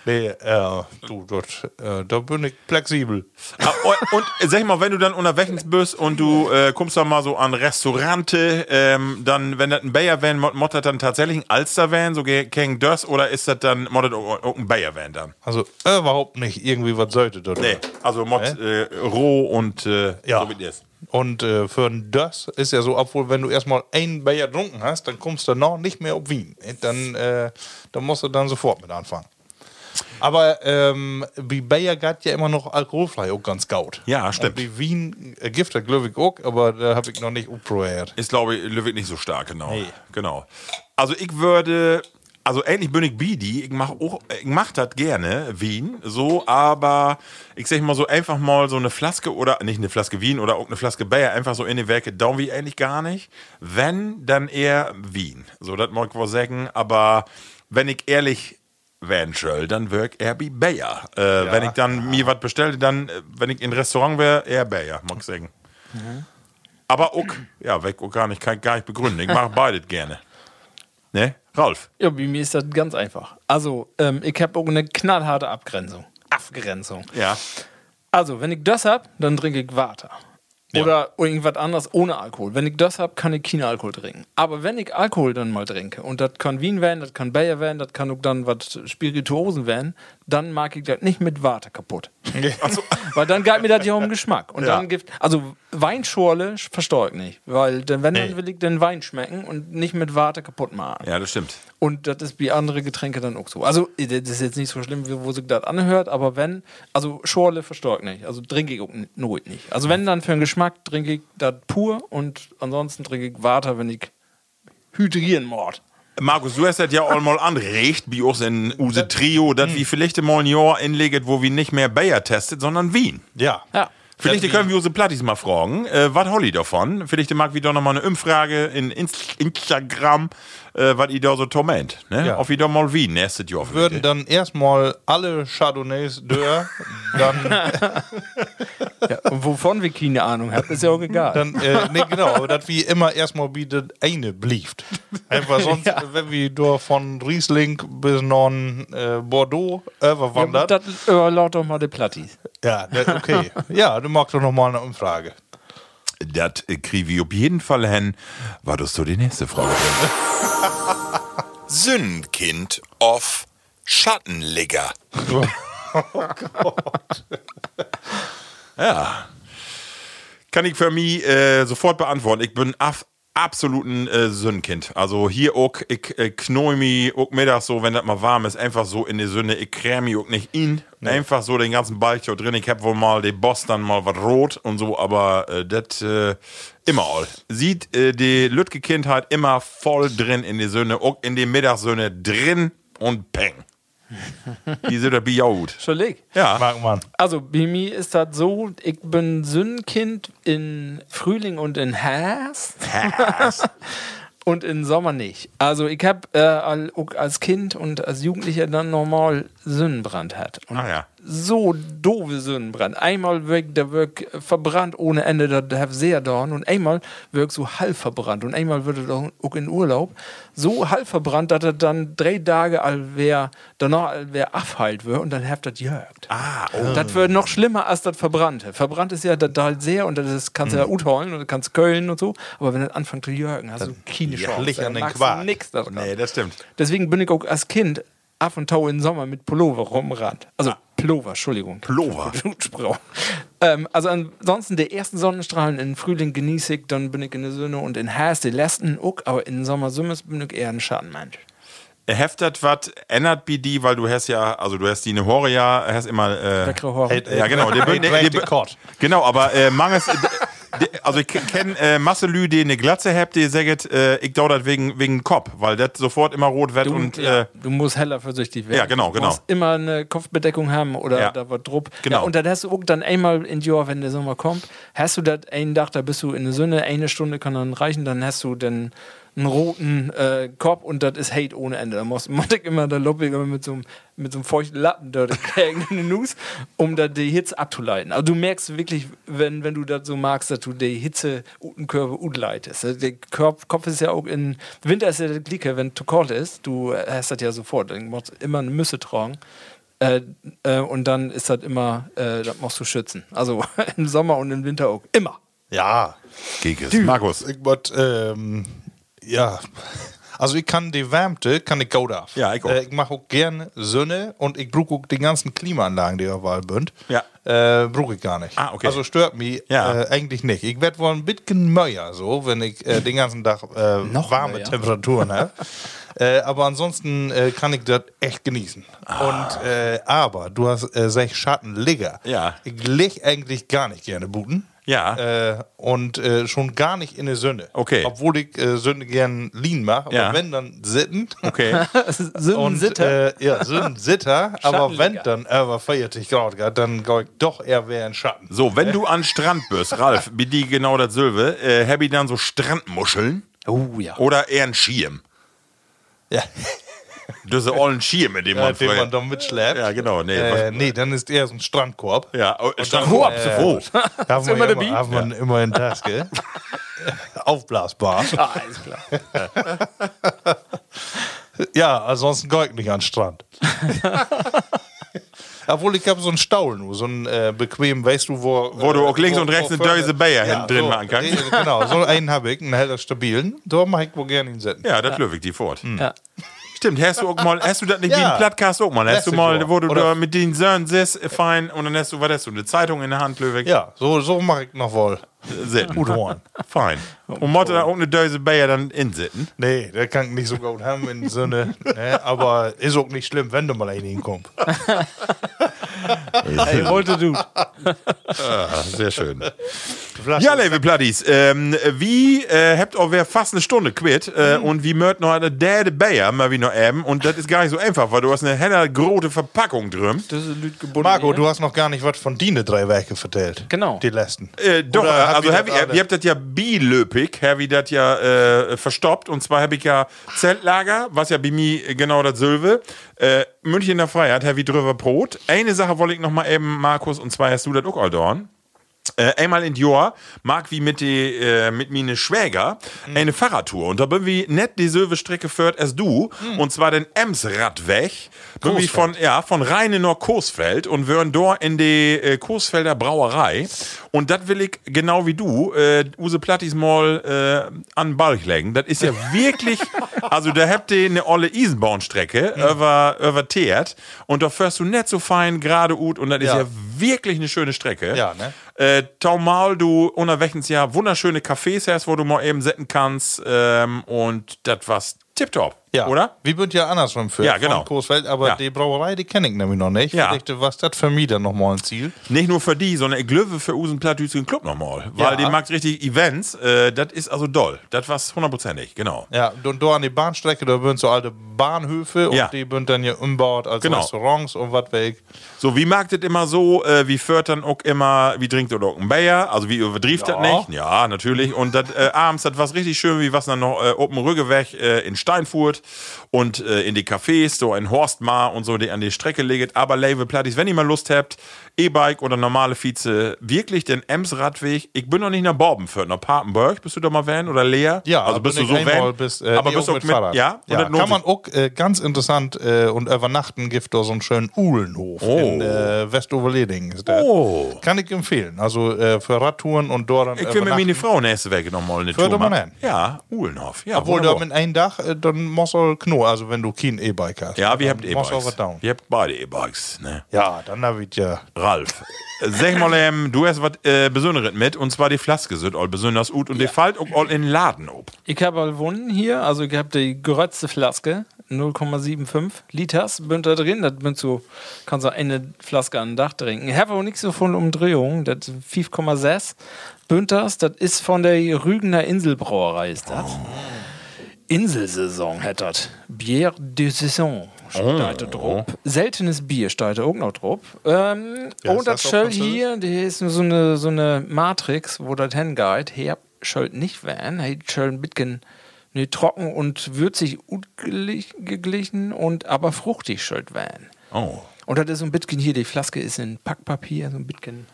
nee, äh, du, dort, äh, da bin ich flexibel. Ah, und, und äh, sag ich mal, wenn du dann unterwegs bist und du äh, kommst dann mal so an Restaurante, ähm, dann, wenn das ein Bayer-Van, mod- mod das dann tatsächlich ein Alster-Van, so King Dörs, oder ist das dann mod das auch auch ein Bayer-Van dann? Also überhaupt nicht irgendwie was sollte dort. Nee, also Mod äh, roh und äh, Ja. so wie das. ist. Und äh, für ein das ist ja so, obwohl, wenn du erstmal einen Bayer getrunken hast, dann kommst du noch nicht mehr auf Wien. Dann, äh, dann musst du dann sofort mit anfangen. Aber ähm, wie Bayer geht ja immer noch alkoholfrei auch ganz gut. Ja, stimmt. Und wie Wien äh, gibt es glaube ich auch, aber da habe ich noch nicht probiert. Ist, glaube ich, Löwig nicht so stark, genau. Genau. Also ich würde, also ähnlich bin ich Bidi, ich mache mach das gerne, Wien, so, aber ich sag mal so einfach mal so eine Flaske oder, nicht eine Flaske Wien oder auch eine Flaske Bayer, einfach so in die Werke, down wie eigentlich gar nicht. Wenn, dann eher Wien. So, das mag ich wohl sagen, aber wenn ich ehrlich Venture, dann wirk eher wie Bayer. Äh, Wenn ich dann mir was bestelle, dann, äh, wenn ich in ein Restaurant wäre, eher Bayer, mag ich sagen. Aber auch, ja, weg auch gar nicht, kann ich gar nicht begründen. Ich mache beides gerne. Ne? Ralf. Ja, bei mir ist das ganz einfach. Also, ähm, ich habe auch eine knallharte Abgrenzung. Abgrenzung. Ja. Also, wenn ich das hab, dann trinke ich Water. Oder irgendwas anderes ohne Alkohol. Wenn ich das hab, kann ich keinen Alkohol trinken. Aber wenn ich Alkohol dann mal trinke, und das kann Wien werden, das kann Bayer werden, das kann auch dann was Spirituosen werden, dann mag ich das nicht mit Water kaputt. Also, Weil dann gab mir das ja um den Geschmack. Und Ja. dann gibt, also Weinschorle versteuert nicht. Weil dann, wenn, Nee. dann will ich den Wein schmecken und nicht mit Water kaputt machen. Ja, das stimmt. Und das ist wie andere Getränke dann auch so. Also, das ist jetzt nicht so schlimm, wie- wo sich das anhört, aber wenn, also Schorle verstärkt nicht. Also trinke ich auch n- not nicht. Also, wenn dann für den Geschmack trinke ich das pur und ansonsten trinke ich Water, wenn ich hydrieren mord. Markus, du hast das ja einmal anregt, wie auch in Use Trio, dass wir vielleicht mal ein Jahr inlegt, wo wir nicht mehr Bayer testet, sondern Wien. Ja. Ja. Vielleicht können wir Use Plattis mal fragen, äh, was Holly davon? Vielleicht mag wir doch nochmal eine Umfrage in Inst Instagram, äh, was ihr da so torment. Ne? Ja. Auf wieder mal Wien nächstes Jahr. vielleicht. Würden dann erstmal alle Chardonnays dörr, dann, Ja, und wovon wir keine Ahnung haben, ist ja auch egal. dann äh, nee, genau, aber dass wie immer erstmal bietet, eine blieft. Einfach sonst, Ja. wenn wir durch von Riesling bis non äh, Bordeaux überwandert. das überlaut doch mal die Plattis. Ja, das- okay. Ja, du magst doch nochmal eine Umfrage. Das äh, kriege ich auf jeden Fall hin. War das so die nächste Frage? Sündkind of Schattenligger. Oh Ja. Kann ich für mich äh, sofort beantworten. Ich bin af absolut ein äh, Sündenkind. Also hier auch, ich äh, knoi mich auch mittags so, wenn das mal warm ist, einfach so in die Sünde. Ich creme mich auch nicht in. Einfach so den ganzen Balch da drin. Ich hab wohl mal den Boss dann mal was rot und so, aber äh, das äh, immer all. Sieht äh, die Lütke Kindheit immer voll drin in die Sünde, auch in die Mittagssünde drin und peng. die sind das ja gut. Entschuldigung. Ja. Mag man. Also, bei mir ist das so, ich bin Sündenkind in Frühling und in Herbst. und im Sommer nicht. Also ich habe äh, al- auch als Kind und als Jugendlicher dann normal Sonnenbrand hat. Und Ah ja. so doofe Sonnenbrand. Einmal wirkt der wirk verbrannt ohne Ende, da hab sehr dorn und einmal wirkt so halb verbrannt und einmal würde doch auch in Urlaub so halb verbrannt, dass er dann drei Tage all wer danach all wer abheilt wird und dann habt das gehört. Ah, oh. Das wird noch schlimmer als das Verbrannte. Verbrannt ist ja das da halt sehr und das ist, kannst du Hm. ja utholen und das kannst Köln und so. Aber wenn das anfängt zu jürgen, hast du keine ja, Chance. liegt an Dann den magst du Quark. nix daran. oh, Nee, das stimmt. Deswegen bin ich auch als Kind ab und tau im Sommer mit Pullover rumrannt. Also Pullover, Entschuldigung. Ah. Pullover. Blutspruch. Ähm, also ansonsten die ersten Sonnenstrahlen in Frühling genieße ich, dann bin ich in der Sonne und in Herbst die letzten auch, aber in Sommer Summers bin ich eher ein Schattenmensch. heftet was, ändert bi die, weil du hast ja, also du hast die eine Hore ja, hast immer. Äh, Leckere Hore. Äh, ja, genau. Break- break the court. genau, aber äh, manges. äh, die- Also ich kenne äh, Masse Lü, die eine Glatze habt, die sagt, äh, ich dau das wegen, wegen Kopf, weil das sofort immer rot wird Du, und ja, äh, du musst heller vorsichtig werden. Ja, genau, genau. Du musst immer eine Kopfbedeckung haben oder Ja. da war Drupp. Genau. Ja, und dann hast du auch dann einmal in Dior, wenn der Sommer kommt, hast du das einen Tag, da bist du in der Sonne, eine Stunde kann dann reichen, dann hast du dann einen roten äh, Kopf und das ist Hate ohne Ende. Da musst du Mottek immer da Lobby immer mit so einem mit so einem feuchten Lappen da gegen den Nuss, um da die Hitze abzuleiten. Also du merkst wirklich, wenn, wenn du das so magst, dass du die Hitze unten Körper unleitest. Also Der Körper, Kopf ist ja auch in Winter ist ja der Glicke, wenn zu kalt ist, du äh, hast das ja sofort. Dann musst du immer eine Müsse tragen. Äh, äh, und dann ist das immer, äh, das musst du schützen. Also im Sommer und im Winter auch. Immer. Ja. Gekes. Markus. Ich wollt, ähm, ja. Also ich kann die Wärmte, kann ich gut ab. Ja, ich auch. Äh, ich mache auch gerne Sonne und ich brauche auch die ganzen Klimaanlagen, die überall sind. Ja. Äh, brauche ich gar nicht. Ah, okay. Also stört mich Ja. äh, eigentlich nicht. Ich werde wohl ein bisschen möher so, wenn ich äh, den ganzen Tag äh, Noch warme möher? Temperaturen habe. Äh, aber ansonsten äh, kann ich das echt genießen. Ah. Und äh, aber du hast äh, sech Schattenligger. Ja. Ich leg eigentlich gar nicht gerne Buten. Ja. Äh, und äh, schon gar nicht in der Sünde. Okay. Obwohl ich äh, Sünde gern lean mache, aber Ja. wenn dann sittend. Okay. Und, Sündensitter. Äh, ja, Sündensitter, aber wenn Schattenliga. dann äh, aber 40 Grad, geht, dann gehe ich doch eher wer in Schatten. So, wenn du an Strand bist, Ralf, wie die genau das Silve, äh, hab ich dann so Strandmuscheln Oh ja. oder eher ein Schirm? Ja. Diese ollen Schirm, mit dem Ja, man Äh, den man früher. dann mitschleppt. Ja, genau, nee. Äh, nee, dann ist eher so ein Strandkorb. ja, oh, Strand. Korb, Äh, oh. Darf man, immer ja dabei? immer, darf man immer in Taske. Aufblasbar. Ah, alles klar. Ja, ansonsten gehe ich nicht an den Strand. Obwohl, ich habe so einen Staul nur, so einen äh, bequemen, weißt du, wo... Wo du auch links und rechts eine vorne- Döse Bayer hinten drin so, machen kannst. die- Genau, so einen habe ich, einen heller stabilen. Da mache ich wohl gerne hinsetzen. Ja, das löwe ich die fort. Ja. Stimmt, hast du auch mal, hast du das nicht wie Hm. Ja. ein Plattcast auch mal? Hast Lässig du mal, war. wo du Oder- da mit den Sören sitzt, äh, fein, und dann hast du, was hast du, eine Zeitung in der Hand, Löwig? Ja, so, so mache ich noch wohl. Sitten. Gut Horn. Fein. Und Motte da auch eine Döse Bayer dann insitten. Nee, der kann ich nicht so gut haben im Sinne. Ne, aber ist auch nicht schlimm, wenn du mal einen hinkommst. Ey, wollte du. Ah, sehr schön. Ja, liebe Platties, ähm, wie äh, habt auch wer fast eine Stunde quitt äh, Mhm. und wie mört noch eine Dad Bayer mal wie noch eben und das ist gar nicht so einfach, weil du hast eine heller große Verpackung drin. Das ist Lüt gebunden. Marco, du hast noch gar nicht was von Dine drei Werke vertellt. Genau. Die letzten. Äh, doch, äh, Oder hab also ich hab ich, das alle? ihr habt das ja bilöpig, hab ich das ja äh, verstoppt. Und zwar habe ich ja Zeltlager, was ja bei mir äh, genau das Silve. Äh, München in der Freiheit, hab ich drüber Brot. Eine Sache wollte ich noch mal eben, Markus, und zwar hast du das auch all dorn. Äh, einmal in Dior mag wie mit die, äh, mit meine Schwäger eine Fahrradtour und da bin wie net die Silve Strecke führt als du und zwar den Emsradweg bin wie von ja von Rheinenor Coesfeld und würden dort in die äh, Coesfelder Brauerei und das will ich genau wie du äh, use Plattis mal äh, an Balch legen das ist ja wirklich also da habt ihr eine olle Isenbornstrecke über über Teert und da fährst du net so fein gerade ut und das ist Ja. ja wirklich eine schöne Strecke Ja, ne? äh, Taumal, du unterwegs ja wunderschöne Cafés hast, wo du mal eben setzen kannst. Ähm, und das war's tipptopp, Ja. oder? Wie wird ja andersrum für Ja, genau. von Coesfeld, aber Ja. die Brauerei, die kenne ich nämlich noch nicht. Ja. Vielleicht was das für mich dann nochmal ein Ziel. Nicht nur für die, sondern ich glaube für unseren plattdütschen Club nochmal. Weil Ja. die macht richtig Events. Äh, das ist also doll. Das war's hundertprozentig, genau. Ja, und da an die Bahnstrecke, da würden so alte Bahnhöfe Ja. und die würden dann hier umbaut als Genau. Restaurants und was weg. So, wie mag das immer so? Äh, wie führt dann auch immer, wie trinkt oder auch ein Bayer? Also, wie übertrieft Ja. das nicht? Ja, natürlich. Und das äh, abends, das was richtig schön, wie was dann noch äh, Open Rügge weg äh, in Steinfurt und äh, in die Cafés, so in Horstmar und so, die an die Strecke legt. Aber, Leve Plattis, wenn ihr mal Lust habt, E-Bike oder normale Vize, wirklich den Ems-Radweg. Ich bin noch nicht nach Borben für nach Papenburg. Bist du da mal Van oder Lea? Ja, also bist du bin so ich einmal Van. Bis, äh, aber bist du auch mit, Fahrrad. Ja, und das ja. lohnt kann sich. man auch äh, ganz interessant äh, und übernachten gibt da so einen schönen Uhlenhof Oh. in äh, Westoverleding. Ist der. Oh. Kann ich empfehlen. Also äh, für Radtouren und dort dann Ich will mit übernachten. meine Frau nächste Woche nochmal eine Fördert Tour man machen. ein. Ja, Uhlenhof. Ja, Obwohl da wunderbar. mit einem Dach, äh, dann muss er Kno, also wenn du kein E-Bike hast. Ja, wir Dann habt muss er E-Bikes. was down. Wir habt beide E-Bikes, ne? Ja, dann habe ich ja. Ralf. äh, Sag mal, ähm, du hast was äh, Besonderes mit, und zwar die Flaske sind all besonders gut und die fallt auch all in den Laden ob. Ich habe all Wunden hier, also ich habe die gerötzte Flaske, 0,75 Liters, bünd da drin, das bünd so, kannst du eine Flaske an den Dach trinken. Ich habe auch nichts so von Umdrehung, das 5,6 bünd das, das ist von der Rügener Inselbrauerei, ist das. Inselsaison hat das. Bière de Saison. Steigt da drauf. Seltenes Bier steigt da auch noch drauf. Ähm, und das das auf Schöll Französisch? hier, die ist so eine, so eine Matrix, wo das hingeht. Her Schöll nicht werden. Hey, Schöll ein bisschen nee, trocken und würzig gut gelich- geglichen und aber fruchtig Schöll werden. Oh. Und das ist so ein bisschen hier, die Flaske ist in Packpapier, so ein bisschen.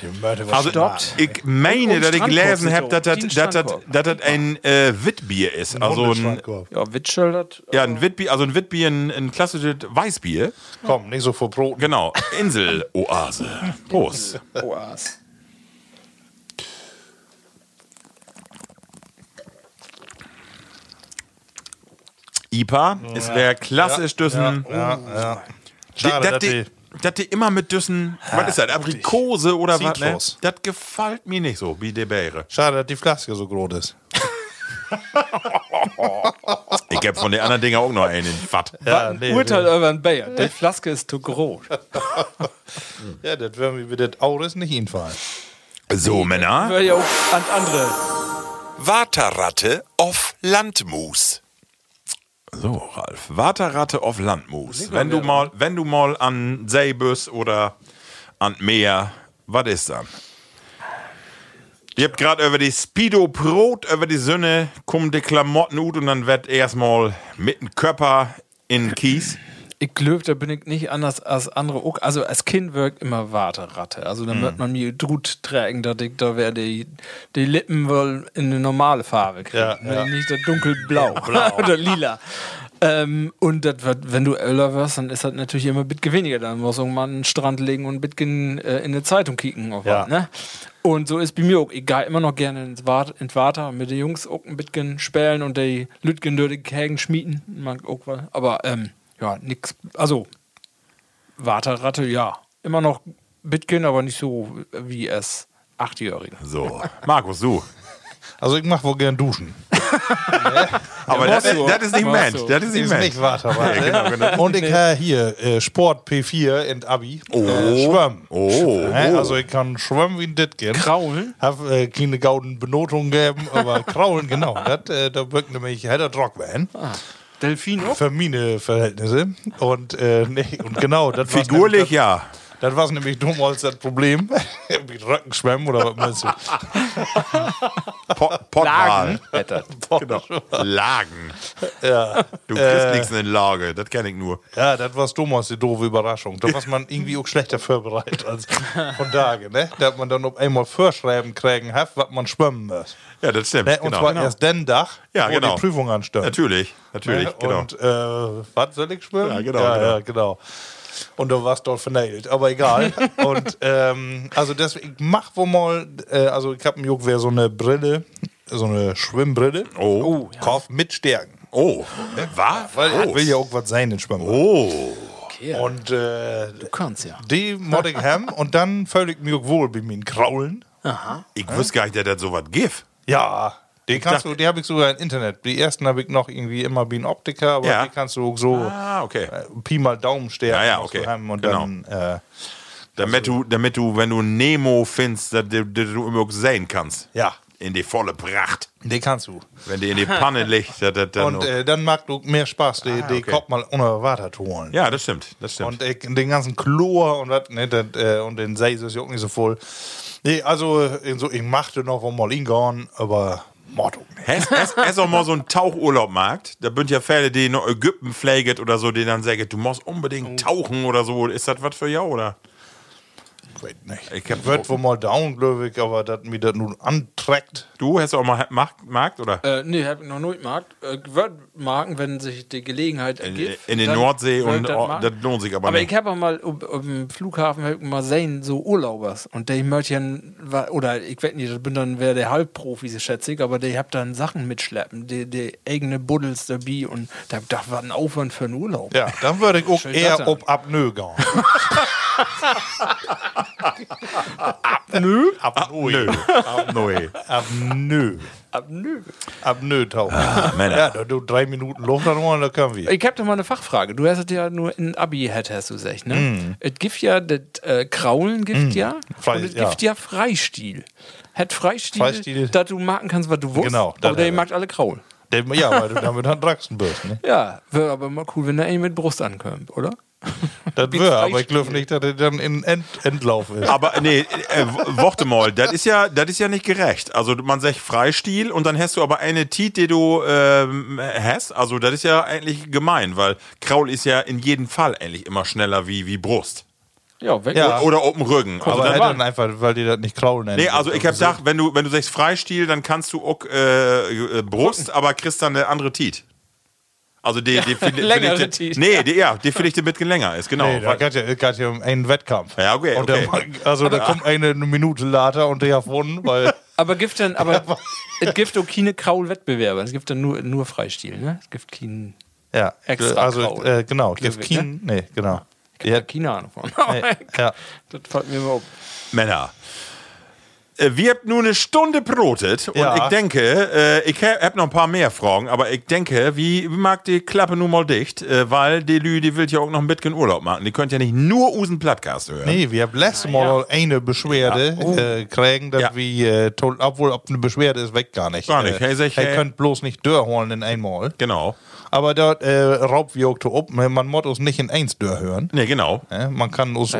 Die Mörder was Also, Stoppt. ich meine, Und dass ich gelesen habe, Strandkorb dass das sind dass so. das- Die dass das ein äh, Witbier ist. Also ein, Ja, Witzschöll, das. ja, ein Witbier, also ein Witbier, ein, ein klassisches Weißbier. Komm, nicht so vor Brot. Genau, Insel-Oase. Prost. Oas. IPA ist der klassisch Düssen. Ja, ja. Die- Schade, dat dass die- die, dat die immer mit Düssen, was ist das, Aprikose oder was? Ne? Zitrus. Das gefällt mir nicht so, wie der Bäre. schade, dass die Flaske so groß ist. Ich hab von den anderen Dingen auch noch einen in Fatt. Ja, Ein Urteil über ein Bayer. Die Flaske ist zu groß. Ja, das werden wir wieder das Auris nicht hinfallen. So, Männer. Hör ja auch an andere. Waterratte auf Landmus. So, Ralf. Waterratte auf Landmus. Wenn du mal, wenn du mal an See bist oder an Meer, was ist dann? Ihr habt gerade über die Speedo Brot, über die Sünde, kommen die Klamotten ut und dann wird erstmal mit dem Körper in den Kies. Ich glaube, da bin ich nicht anders als andere. auch. Also als Kind wirkt immer Warteratte. Also dann Mhm. wird man mir Drut tragen, dass ich da wär die, die Lippen wohl in eine normale Farbe kriegen. Ja, ja. Nicht das dunkelblau oder lila. Ähm, und das wird, wenn du älter wirst, dann ist das natürlich immer ein bisschen weniger. Dann musst du irgendwann einen Strand legen und ein bisschen äh, in eine Zeitung kicken. Auf Ja. was, ne? Und so ist bei mir auch egal, immer noch gerne ins Wat- ins Water mit den Jungs auch ein bisschen spälen und die Lütgen durch die Kägen schmieden. Mag auch was. Aber ähm, ja, nix. Also, Waterratte, ja. Immer noch Bitcoin, aber nicht so wie es Achtjährige. So, Markus, du. Also ich mache wohl gern duschen. Aber das, musst du. das ist nicht Musst Mensch. du. Das ist nicht Ist Mensch. nicht weiter, warte. Nee, genau, genau. Und ich habe hier äh, Sport P4 in Abi. Äh, schwimmen. Oh. Ne? Also ich kann schwimmen wie ein Dittgen. Kraulen? Hab äh, keine gauden Benotung gegeben, aber kraulen, genau. Das, äh, da wirkt nämlich Heather Drockman. Ah. Delfin auch? Für meine Verhältnisse. Und, äh, nee, und genau, das war's Figurlich, nämlich- ja. Das war nämlich damals das Problem. Mit Röckenschwemmen oder was meinst du? Po Portwahl. Genau. Lagen. Ja. Du kriegst nichts in Lage. Das kenne ich nur. Ja, das war damals die doofe Überraschung. Da war man irgendwie auch schlechter vorbereitet als von Tage, ne? Da hat man dann auf einmal Vorschreiben kriegen hat, was man schwimmen muss. Ja, das stimmt. Ne? Und genau. zwar erst den Tag, Ja, wo genau. die Prüfung anstand. Natürlich, natürlich, ne? genau. Und äh, was soll ich schwimmen? Ja, genau, Ja, ja, genau. Und du warst dort vernägelt, aber egal. und ähm, also deswegen, ich mach wohl mal, äh, also ich hab im Juck, wer so eine Brille, so eine Schwimmbrille, Oh. Kauf mit Stärken. Oh, war? Weil oh. ich will ja auch was sein in Schwimmen. oh. Und äh, Du kannst ja. die Modding Ham und dann völlig mir wohl bei mir kraulen. Ich wusste gar nicht, dass das so was gibt. Ja. Die, kannst dachte- du, die habe ich sogar im Internet. Die ersten habe ich noch irgendwie immer wie ein Optiker, aber Ja. die kannst du auch so Ah, okay. äh, Pi mal Daumen stärken. Ja, ja, musst du okay. haben Und Genau. dann, äh, Damit du, damit du, wenn du Nemo findest, dass du, dass du immer auch sehen kannst. ja, In die volle Pracht. die kannst du. Wenn die in die Panne liegt, dass das dann. Und auch- äh, dann mag du mehr Spaß, die, die okay. Kopf mal unerwartet holen. ja, das stimmt. Das stimmt. Und äh, den ganzen Chlor und was, ne, das, äh, und den See ist ja auch nicht so voll. Nee, also äh, so, ich machte noch von mal hingehen, aber ne. Motto. Hast hast- hast auch mal so einen Tauchurlaubmarkt? Da bünd ja Fälle, die in Ägypten pflegt oder so, die dann sagen, du musst unbedingt tauchen oder so. Ist das was für ja oder? Weiß nicht. Ich Ich hab- wird wohl mal down, glaube ich, aber dass mir das nun anträgt. Du hast auch mal Markt, Markt oder? Äh, nee, hab ich noch nicht gemacht. Äh, wird marken, wenn sich die Gelegenheit ergibt. in den dann Nordsee würd und dat oh, marken. das lohnt sich aber Aber nicht. ich habe auch mal um- um Flughafen hab ich mal sehen, so Urlaubers. Und der möchte ja, wa- oder ich weiß nicht, das bin dann wer der Halbprofi, so schätze ich, aber der hat dann Sachen mitschleppen. Die, die eigene Buddels dabei und da hab ich gedacht, was ein Aufwand für einen Urlaub. Ja, dann würde ich auch Schön eher das ob Apnoe gehen. Nö. Ah, Apnoe. Neu. Apnoe. Ab, nö. Apnoe tauchen. Ah, Männer. Ja, da du drei Minuten Luft anholen, dann können wir. Ich habe da mal eine Fachfrage. Du hast es ja nur in Abi hat hast du gesagt, ne? Es gibt ja das äh, Kraulen gibt ja Mm. Frei- und es ja. gibt ja Freistil. Hat Freistil, Freistil. dass du machen kannst, was du willst. Genau, das aber der hat er. mag alle Kraulen. Dem- Ja, weil du damit dann Draxen bist. Ne? Ja, wäre aber mal cool, wenn da einen mit Brust ankommt, oder? Das Mit wäre, aber ich Freispiel. glaube nicht, dass er dann in End Endlauf ist. Aber nee, äh, warte mal, das ist ja, das ist ja nicht gerecht. Also man sagt Freistil und dann hast du aber eine Tiet, die du ähm, hast. Also das ist ja eigentlich gemein, weil Kraul ist ja in jedem Fall eigentlich immer schneller wie, wie Brust. Ja, weg. Ja. Oder oben Rücken. Also aber das- er dann einfach, weil die das nicht kraulen nennen. Nee, also ich hab gedacht, wenn du, wenn du sagst Freistil, dann kannst du auch äh, äh, Brust, aber kriegst dann eine andere Tiet. Also die, die, die längere vielleicht- Tiet. Nee, die, ja, die vielleicht ein bisschen länger ist, genau. Nee, da geht ja, geht ja um einen Wettkampf. Ja, okay, Und der okay. mag- also da kommt eine Minute later und der hat gewonnen, weil Aber gibt dann, aber es gibt auch keine Kraul-Wettbewerbe. Es gibt dann nur, nur Freistil, ne? Es gibt keinen. Ja, Extra ne? also Kraut. äh, genau, Glühwein, Jeff Keen, nee, genau. Ja, Keine Ahnung von. nee, ja. Das fällt mir mal auf. Männer. Äh, Wir haben nur eine Stunde brotet und Ja. ich denke, äh, ich habe noch ein paar mehr Fragen, aber ich denke, wie wie mag die Klappe nun mal dicht, äh, weil die Lü, die will ja auch noch ein bisschen Urlaub machen. Die könnt ja nicht nur unseren Plattcast hören. Nee, wir haben letztes Mal noch eine Beschwerde äh, kriegen, dass Oh. Ja. wir äh, toll, obwohl ob eine Beschwerde ist weg gar nicht. Gar nicht. Äh, Hey, sag ich, ihr hey. könnt bloß nicht Dörr holen in einmal. Genau. Aber dort äh, raubt wir auch zu oben. Man muss uns nicht in eins Dörr hören. Nee, genau. Äh, man kann uns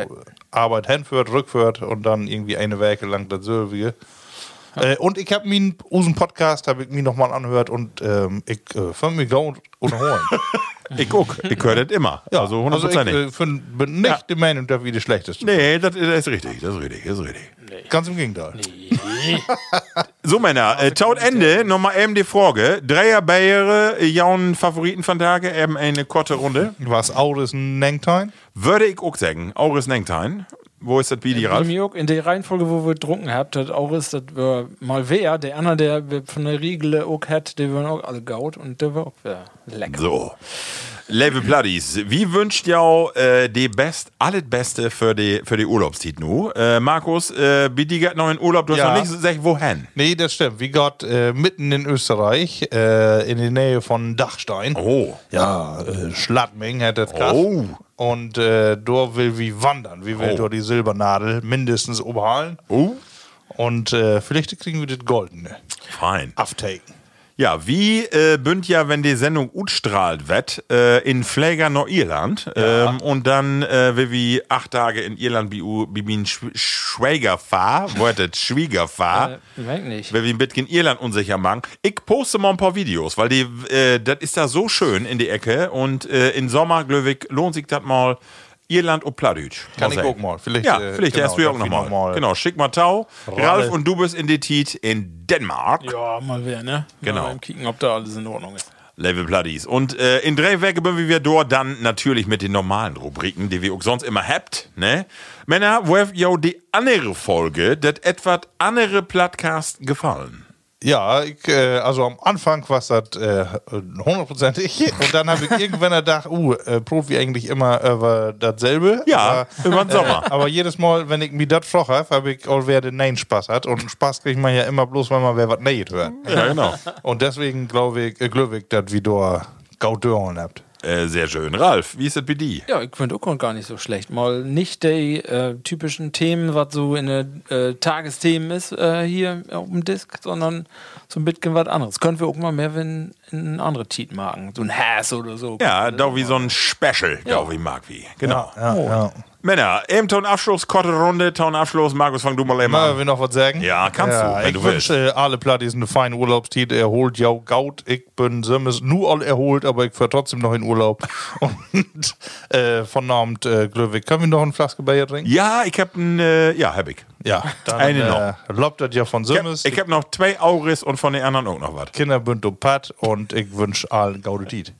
Arbeit hinführt, rückführt und dann irgendwie eine Werke lang das Sylvige. Äh, und ich habe mir unseren Podcast, habe ich mir nochmal anhört und ähm, ich äh, fand mich gar und unterholen. Ich guck, ich höre das immer. also also ich, hundertprozentig. äh, find- bin nicht im Main Interview die schlechteste. nee, das, das ist richtig, das ist richtig, das ist richtig. Ganz im Gegenteil. So, Männer, äh, taut Ende. Nochmal eben die Frage. Dreier Bayere, äh, jaunen Favoriten von Tage, eben eine kurze Runde. Was Auris Nengtein? Würde ich auch sagen, Auris Nengtein. Wo ist das Bidi, Ralf? Jok, in der Reihenfolge, wo wir getrunken habt, hat auch ist, das war mal wer, der andere, der wir von der Riegel auch hat, der waren auch alle gaut und der war auch wer. lecker. So. Level Bloodies, wie wünscht ihr äh, die Best, alles Beste für die, für die Urlaubstit nu? Äh, Markus, äh, Bidi geht noch in Urlaub, du Ja. hast noch nicht gesagt, wohin. Nee, das stimmt. Wie Gott, äh, mitten in Österreich, äh, in der Nähe von Dachstein. Oh. Ja, äh, Schlattming hat das gesagt. Oh. Und äh, dort will wie wandern. Wie will Oh. dort die Silbernadel mindestens umhalen. Oh. Und äh, vielleicht kriegen wir das Goldene. Fein. Aftaken. Ja, wie äh, bünd ja, wenn die Sendung utstrahlt wird, äh, in Fläger Nordirland ähm, und dann äh, wie wie acht Tage in Irland bi u- bi min Schw- Schwäger fahr, wortet Schwieger fahr. Äh, merk nicht. Wenn wir ein bisschen Irland unsicher machen. Ich poste mal ein paar Videos, weil die, äh, das ist da so schön in die Ecke und äh, im Sommer, Glöwig, lohnt sich das mal Irland und Plattdeutsch. Kann ich sehen. auch mal. Vielleicht, ja, äh, vielleicht genau, erst du ja auch dann nochmal. noch mal. Genau, schick mal Tau. Ralle. Ralf und du bist in die Tiet in Dänemark. Ja, mal wer, ne? Genau. Mal kicken, ob da alles in Ordnung ist. Level Bloodies. Und äh, in Drehwerke bin wir dort dann natürlich mit den normalen Rubriken, die wir auch sonst immer habt, ne? Männer, wo habt ihr die andere Folge, das etwas andere Podcast gefallen? Ja, ich, äh, also am Anfang war es das äh, hundertprozentig. Und dann habe ich irgendwann gedacht, uh, äh, Profi eigentlich immer über dasselbe. Ja, über den Sommer. Aber jedes Mal, wenn ich mir das froch habe, habe ich all wer den Nein Spaß hat. Und Spaß kriegt man ja immer bloß, wenn man wer was Nein hört. Ja, genau. Und deswegen glaube ich, äh, glaube ich, dass wir da Gaudören habt. äh, sehr schön. Ralf, wie ist das bei dir? Ja, ich finde auch gar nicht so schlecht. Mal nicht die äh, typischen Themen, was so in den äh, Tagesthemen ist, äh, hier auf dem Disk, sondern so ein bisschen was anderes. Können wir auch mal mehr wenn in andere Titel machen. So ein Hass oder so. Ja, da wie so ein Special, da wie mag wie. Genau. Ja, ja. Männer, eben Ton Abschluss, kurze Runde, Ton Abschluss. Markus, fang du mal eben Mal, an. Äh, will noch was sagen? Ja, kannst du, wenn ich du wünsche äh, alle Plattis eine feine Urlaubstit. Erholt, ja, gaut. Ich bin Simmes nur all erholt, aber ich fahre trotzdem noch in Urlaub. Und äh, von Abend, äh, Glöwig, können wir noch ein Flaske Bier trinken? Ja, ich hab ein, äh, ja, hab ich. Ja, dann Eine äh, lobt das ja von Ich hab, Simmes. ich hab noch zwei Auris und von den anderen auch noch was. Kinderbündel Pat und ich wünsche allen Gaudetit.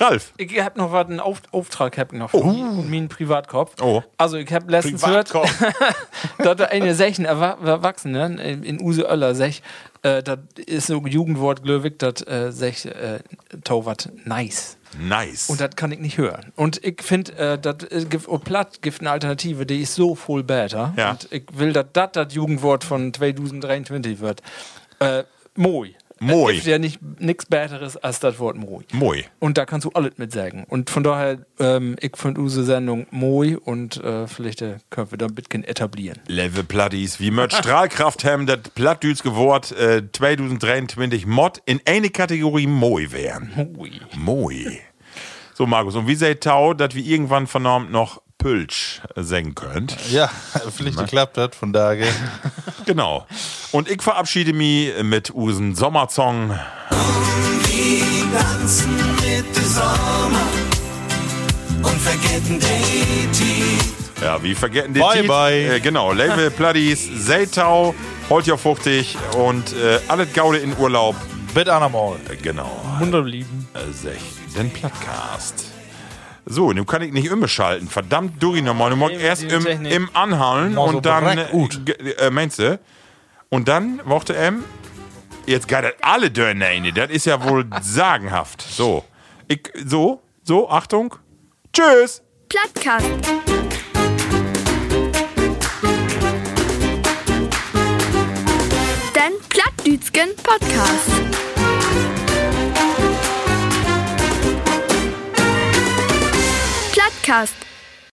Ralf. Ich hab noch was, einen Auf Auftrag hab ich noch für die und meinen Privatkopf. Oh. Also ich hab letztens gehört, dass da eine äh, Sechen Erwa- Erwachsenen ne? in, in Use Öller Sech, äh, das ist so ein Jugendwort glöwig, das äh, Sech äh, Tauwart nice. Nice. Und das kann ich nicht hören. Und ich finde, äh, das äh, gibt- oh, platt gibt eine Alternative, die ist so viel besser. Ja. Und ich will, dass das das Jugendwort von 2023 wird. Äh, moi. Moi. Es gibt ja nicht nichts Besseres als das Wort Moi. Moi. Und da kannst du alles mit sagen. Und von daher, ähm, ich finde unsere Sendung Moi und äh, vielleicht äh, können wir da ein bisschen etablieren. Level Platties, wie Merch Strahlkraft haben das plattdütske Wort äh, 2023 Mod in eine Kategorie Moi wären. Moi. Moi. So, Markus, und wie seid Tau, dass wir irgendwann vernormt noch Pülsch singen könnt? Ja, vielleicht geklappt hat, von daher. Genau. Und ich verabschiede mich mit Usen Sommersong. Die tanzen mit dem Sommer und vergessen die Tiet. Ja, wie vergessen die Bye, Tiet. bye. Äh, genau, Level Platties, seid Tau, holt ihr fuchtig und äh, alles Gaude in Urlaub. Bitte anamol. Äh, Genau. Wunderlieben. Äh, sech, den Plattcast. So, nun kann ich nicht umschalten. Verdammt, Duri nochmal. Du musst Nee, erst die im, Technik. im Anhallen Mal so und dann. direkt gut. Äh, äh, meinst du? Und dann, Worte M. Jetzt geht das alle Dörner rein. Das ist ja wohl sagenhaft. So. Ich, so, so, Achtung. Tschüss! Plattkast. Den Plattdütschen Podcast. Plattkast.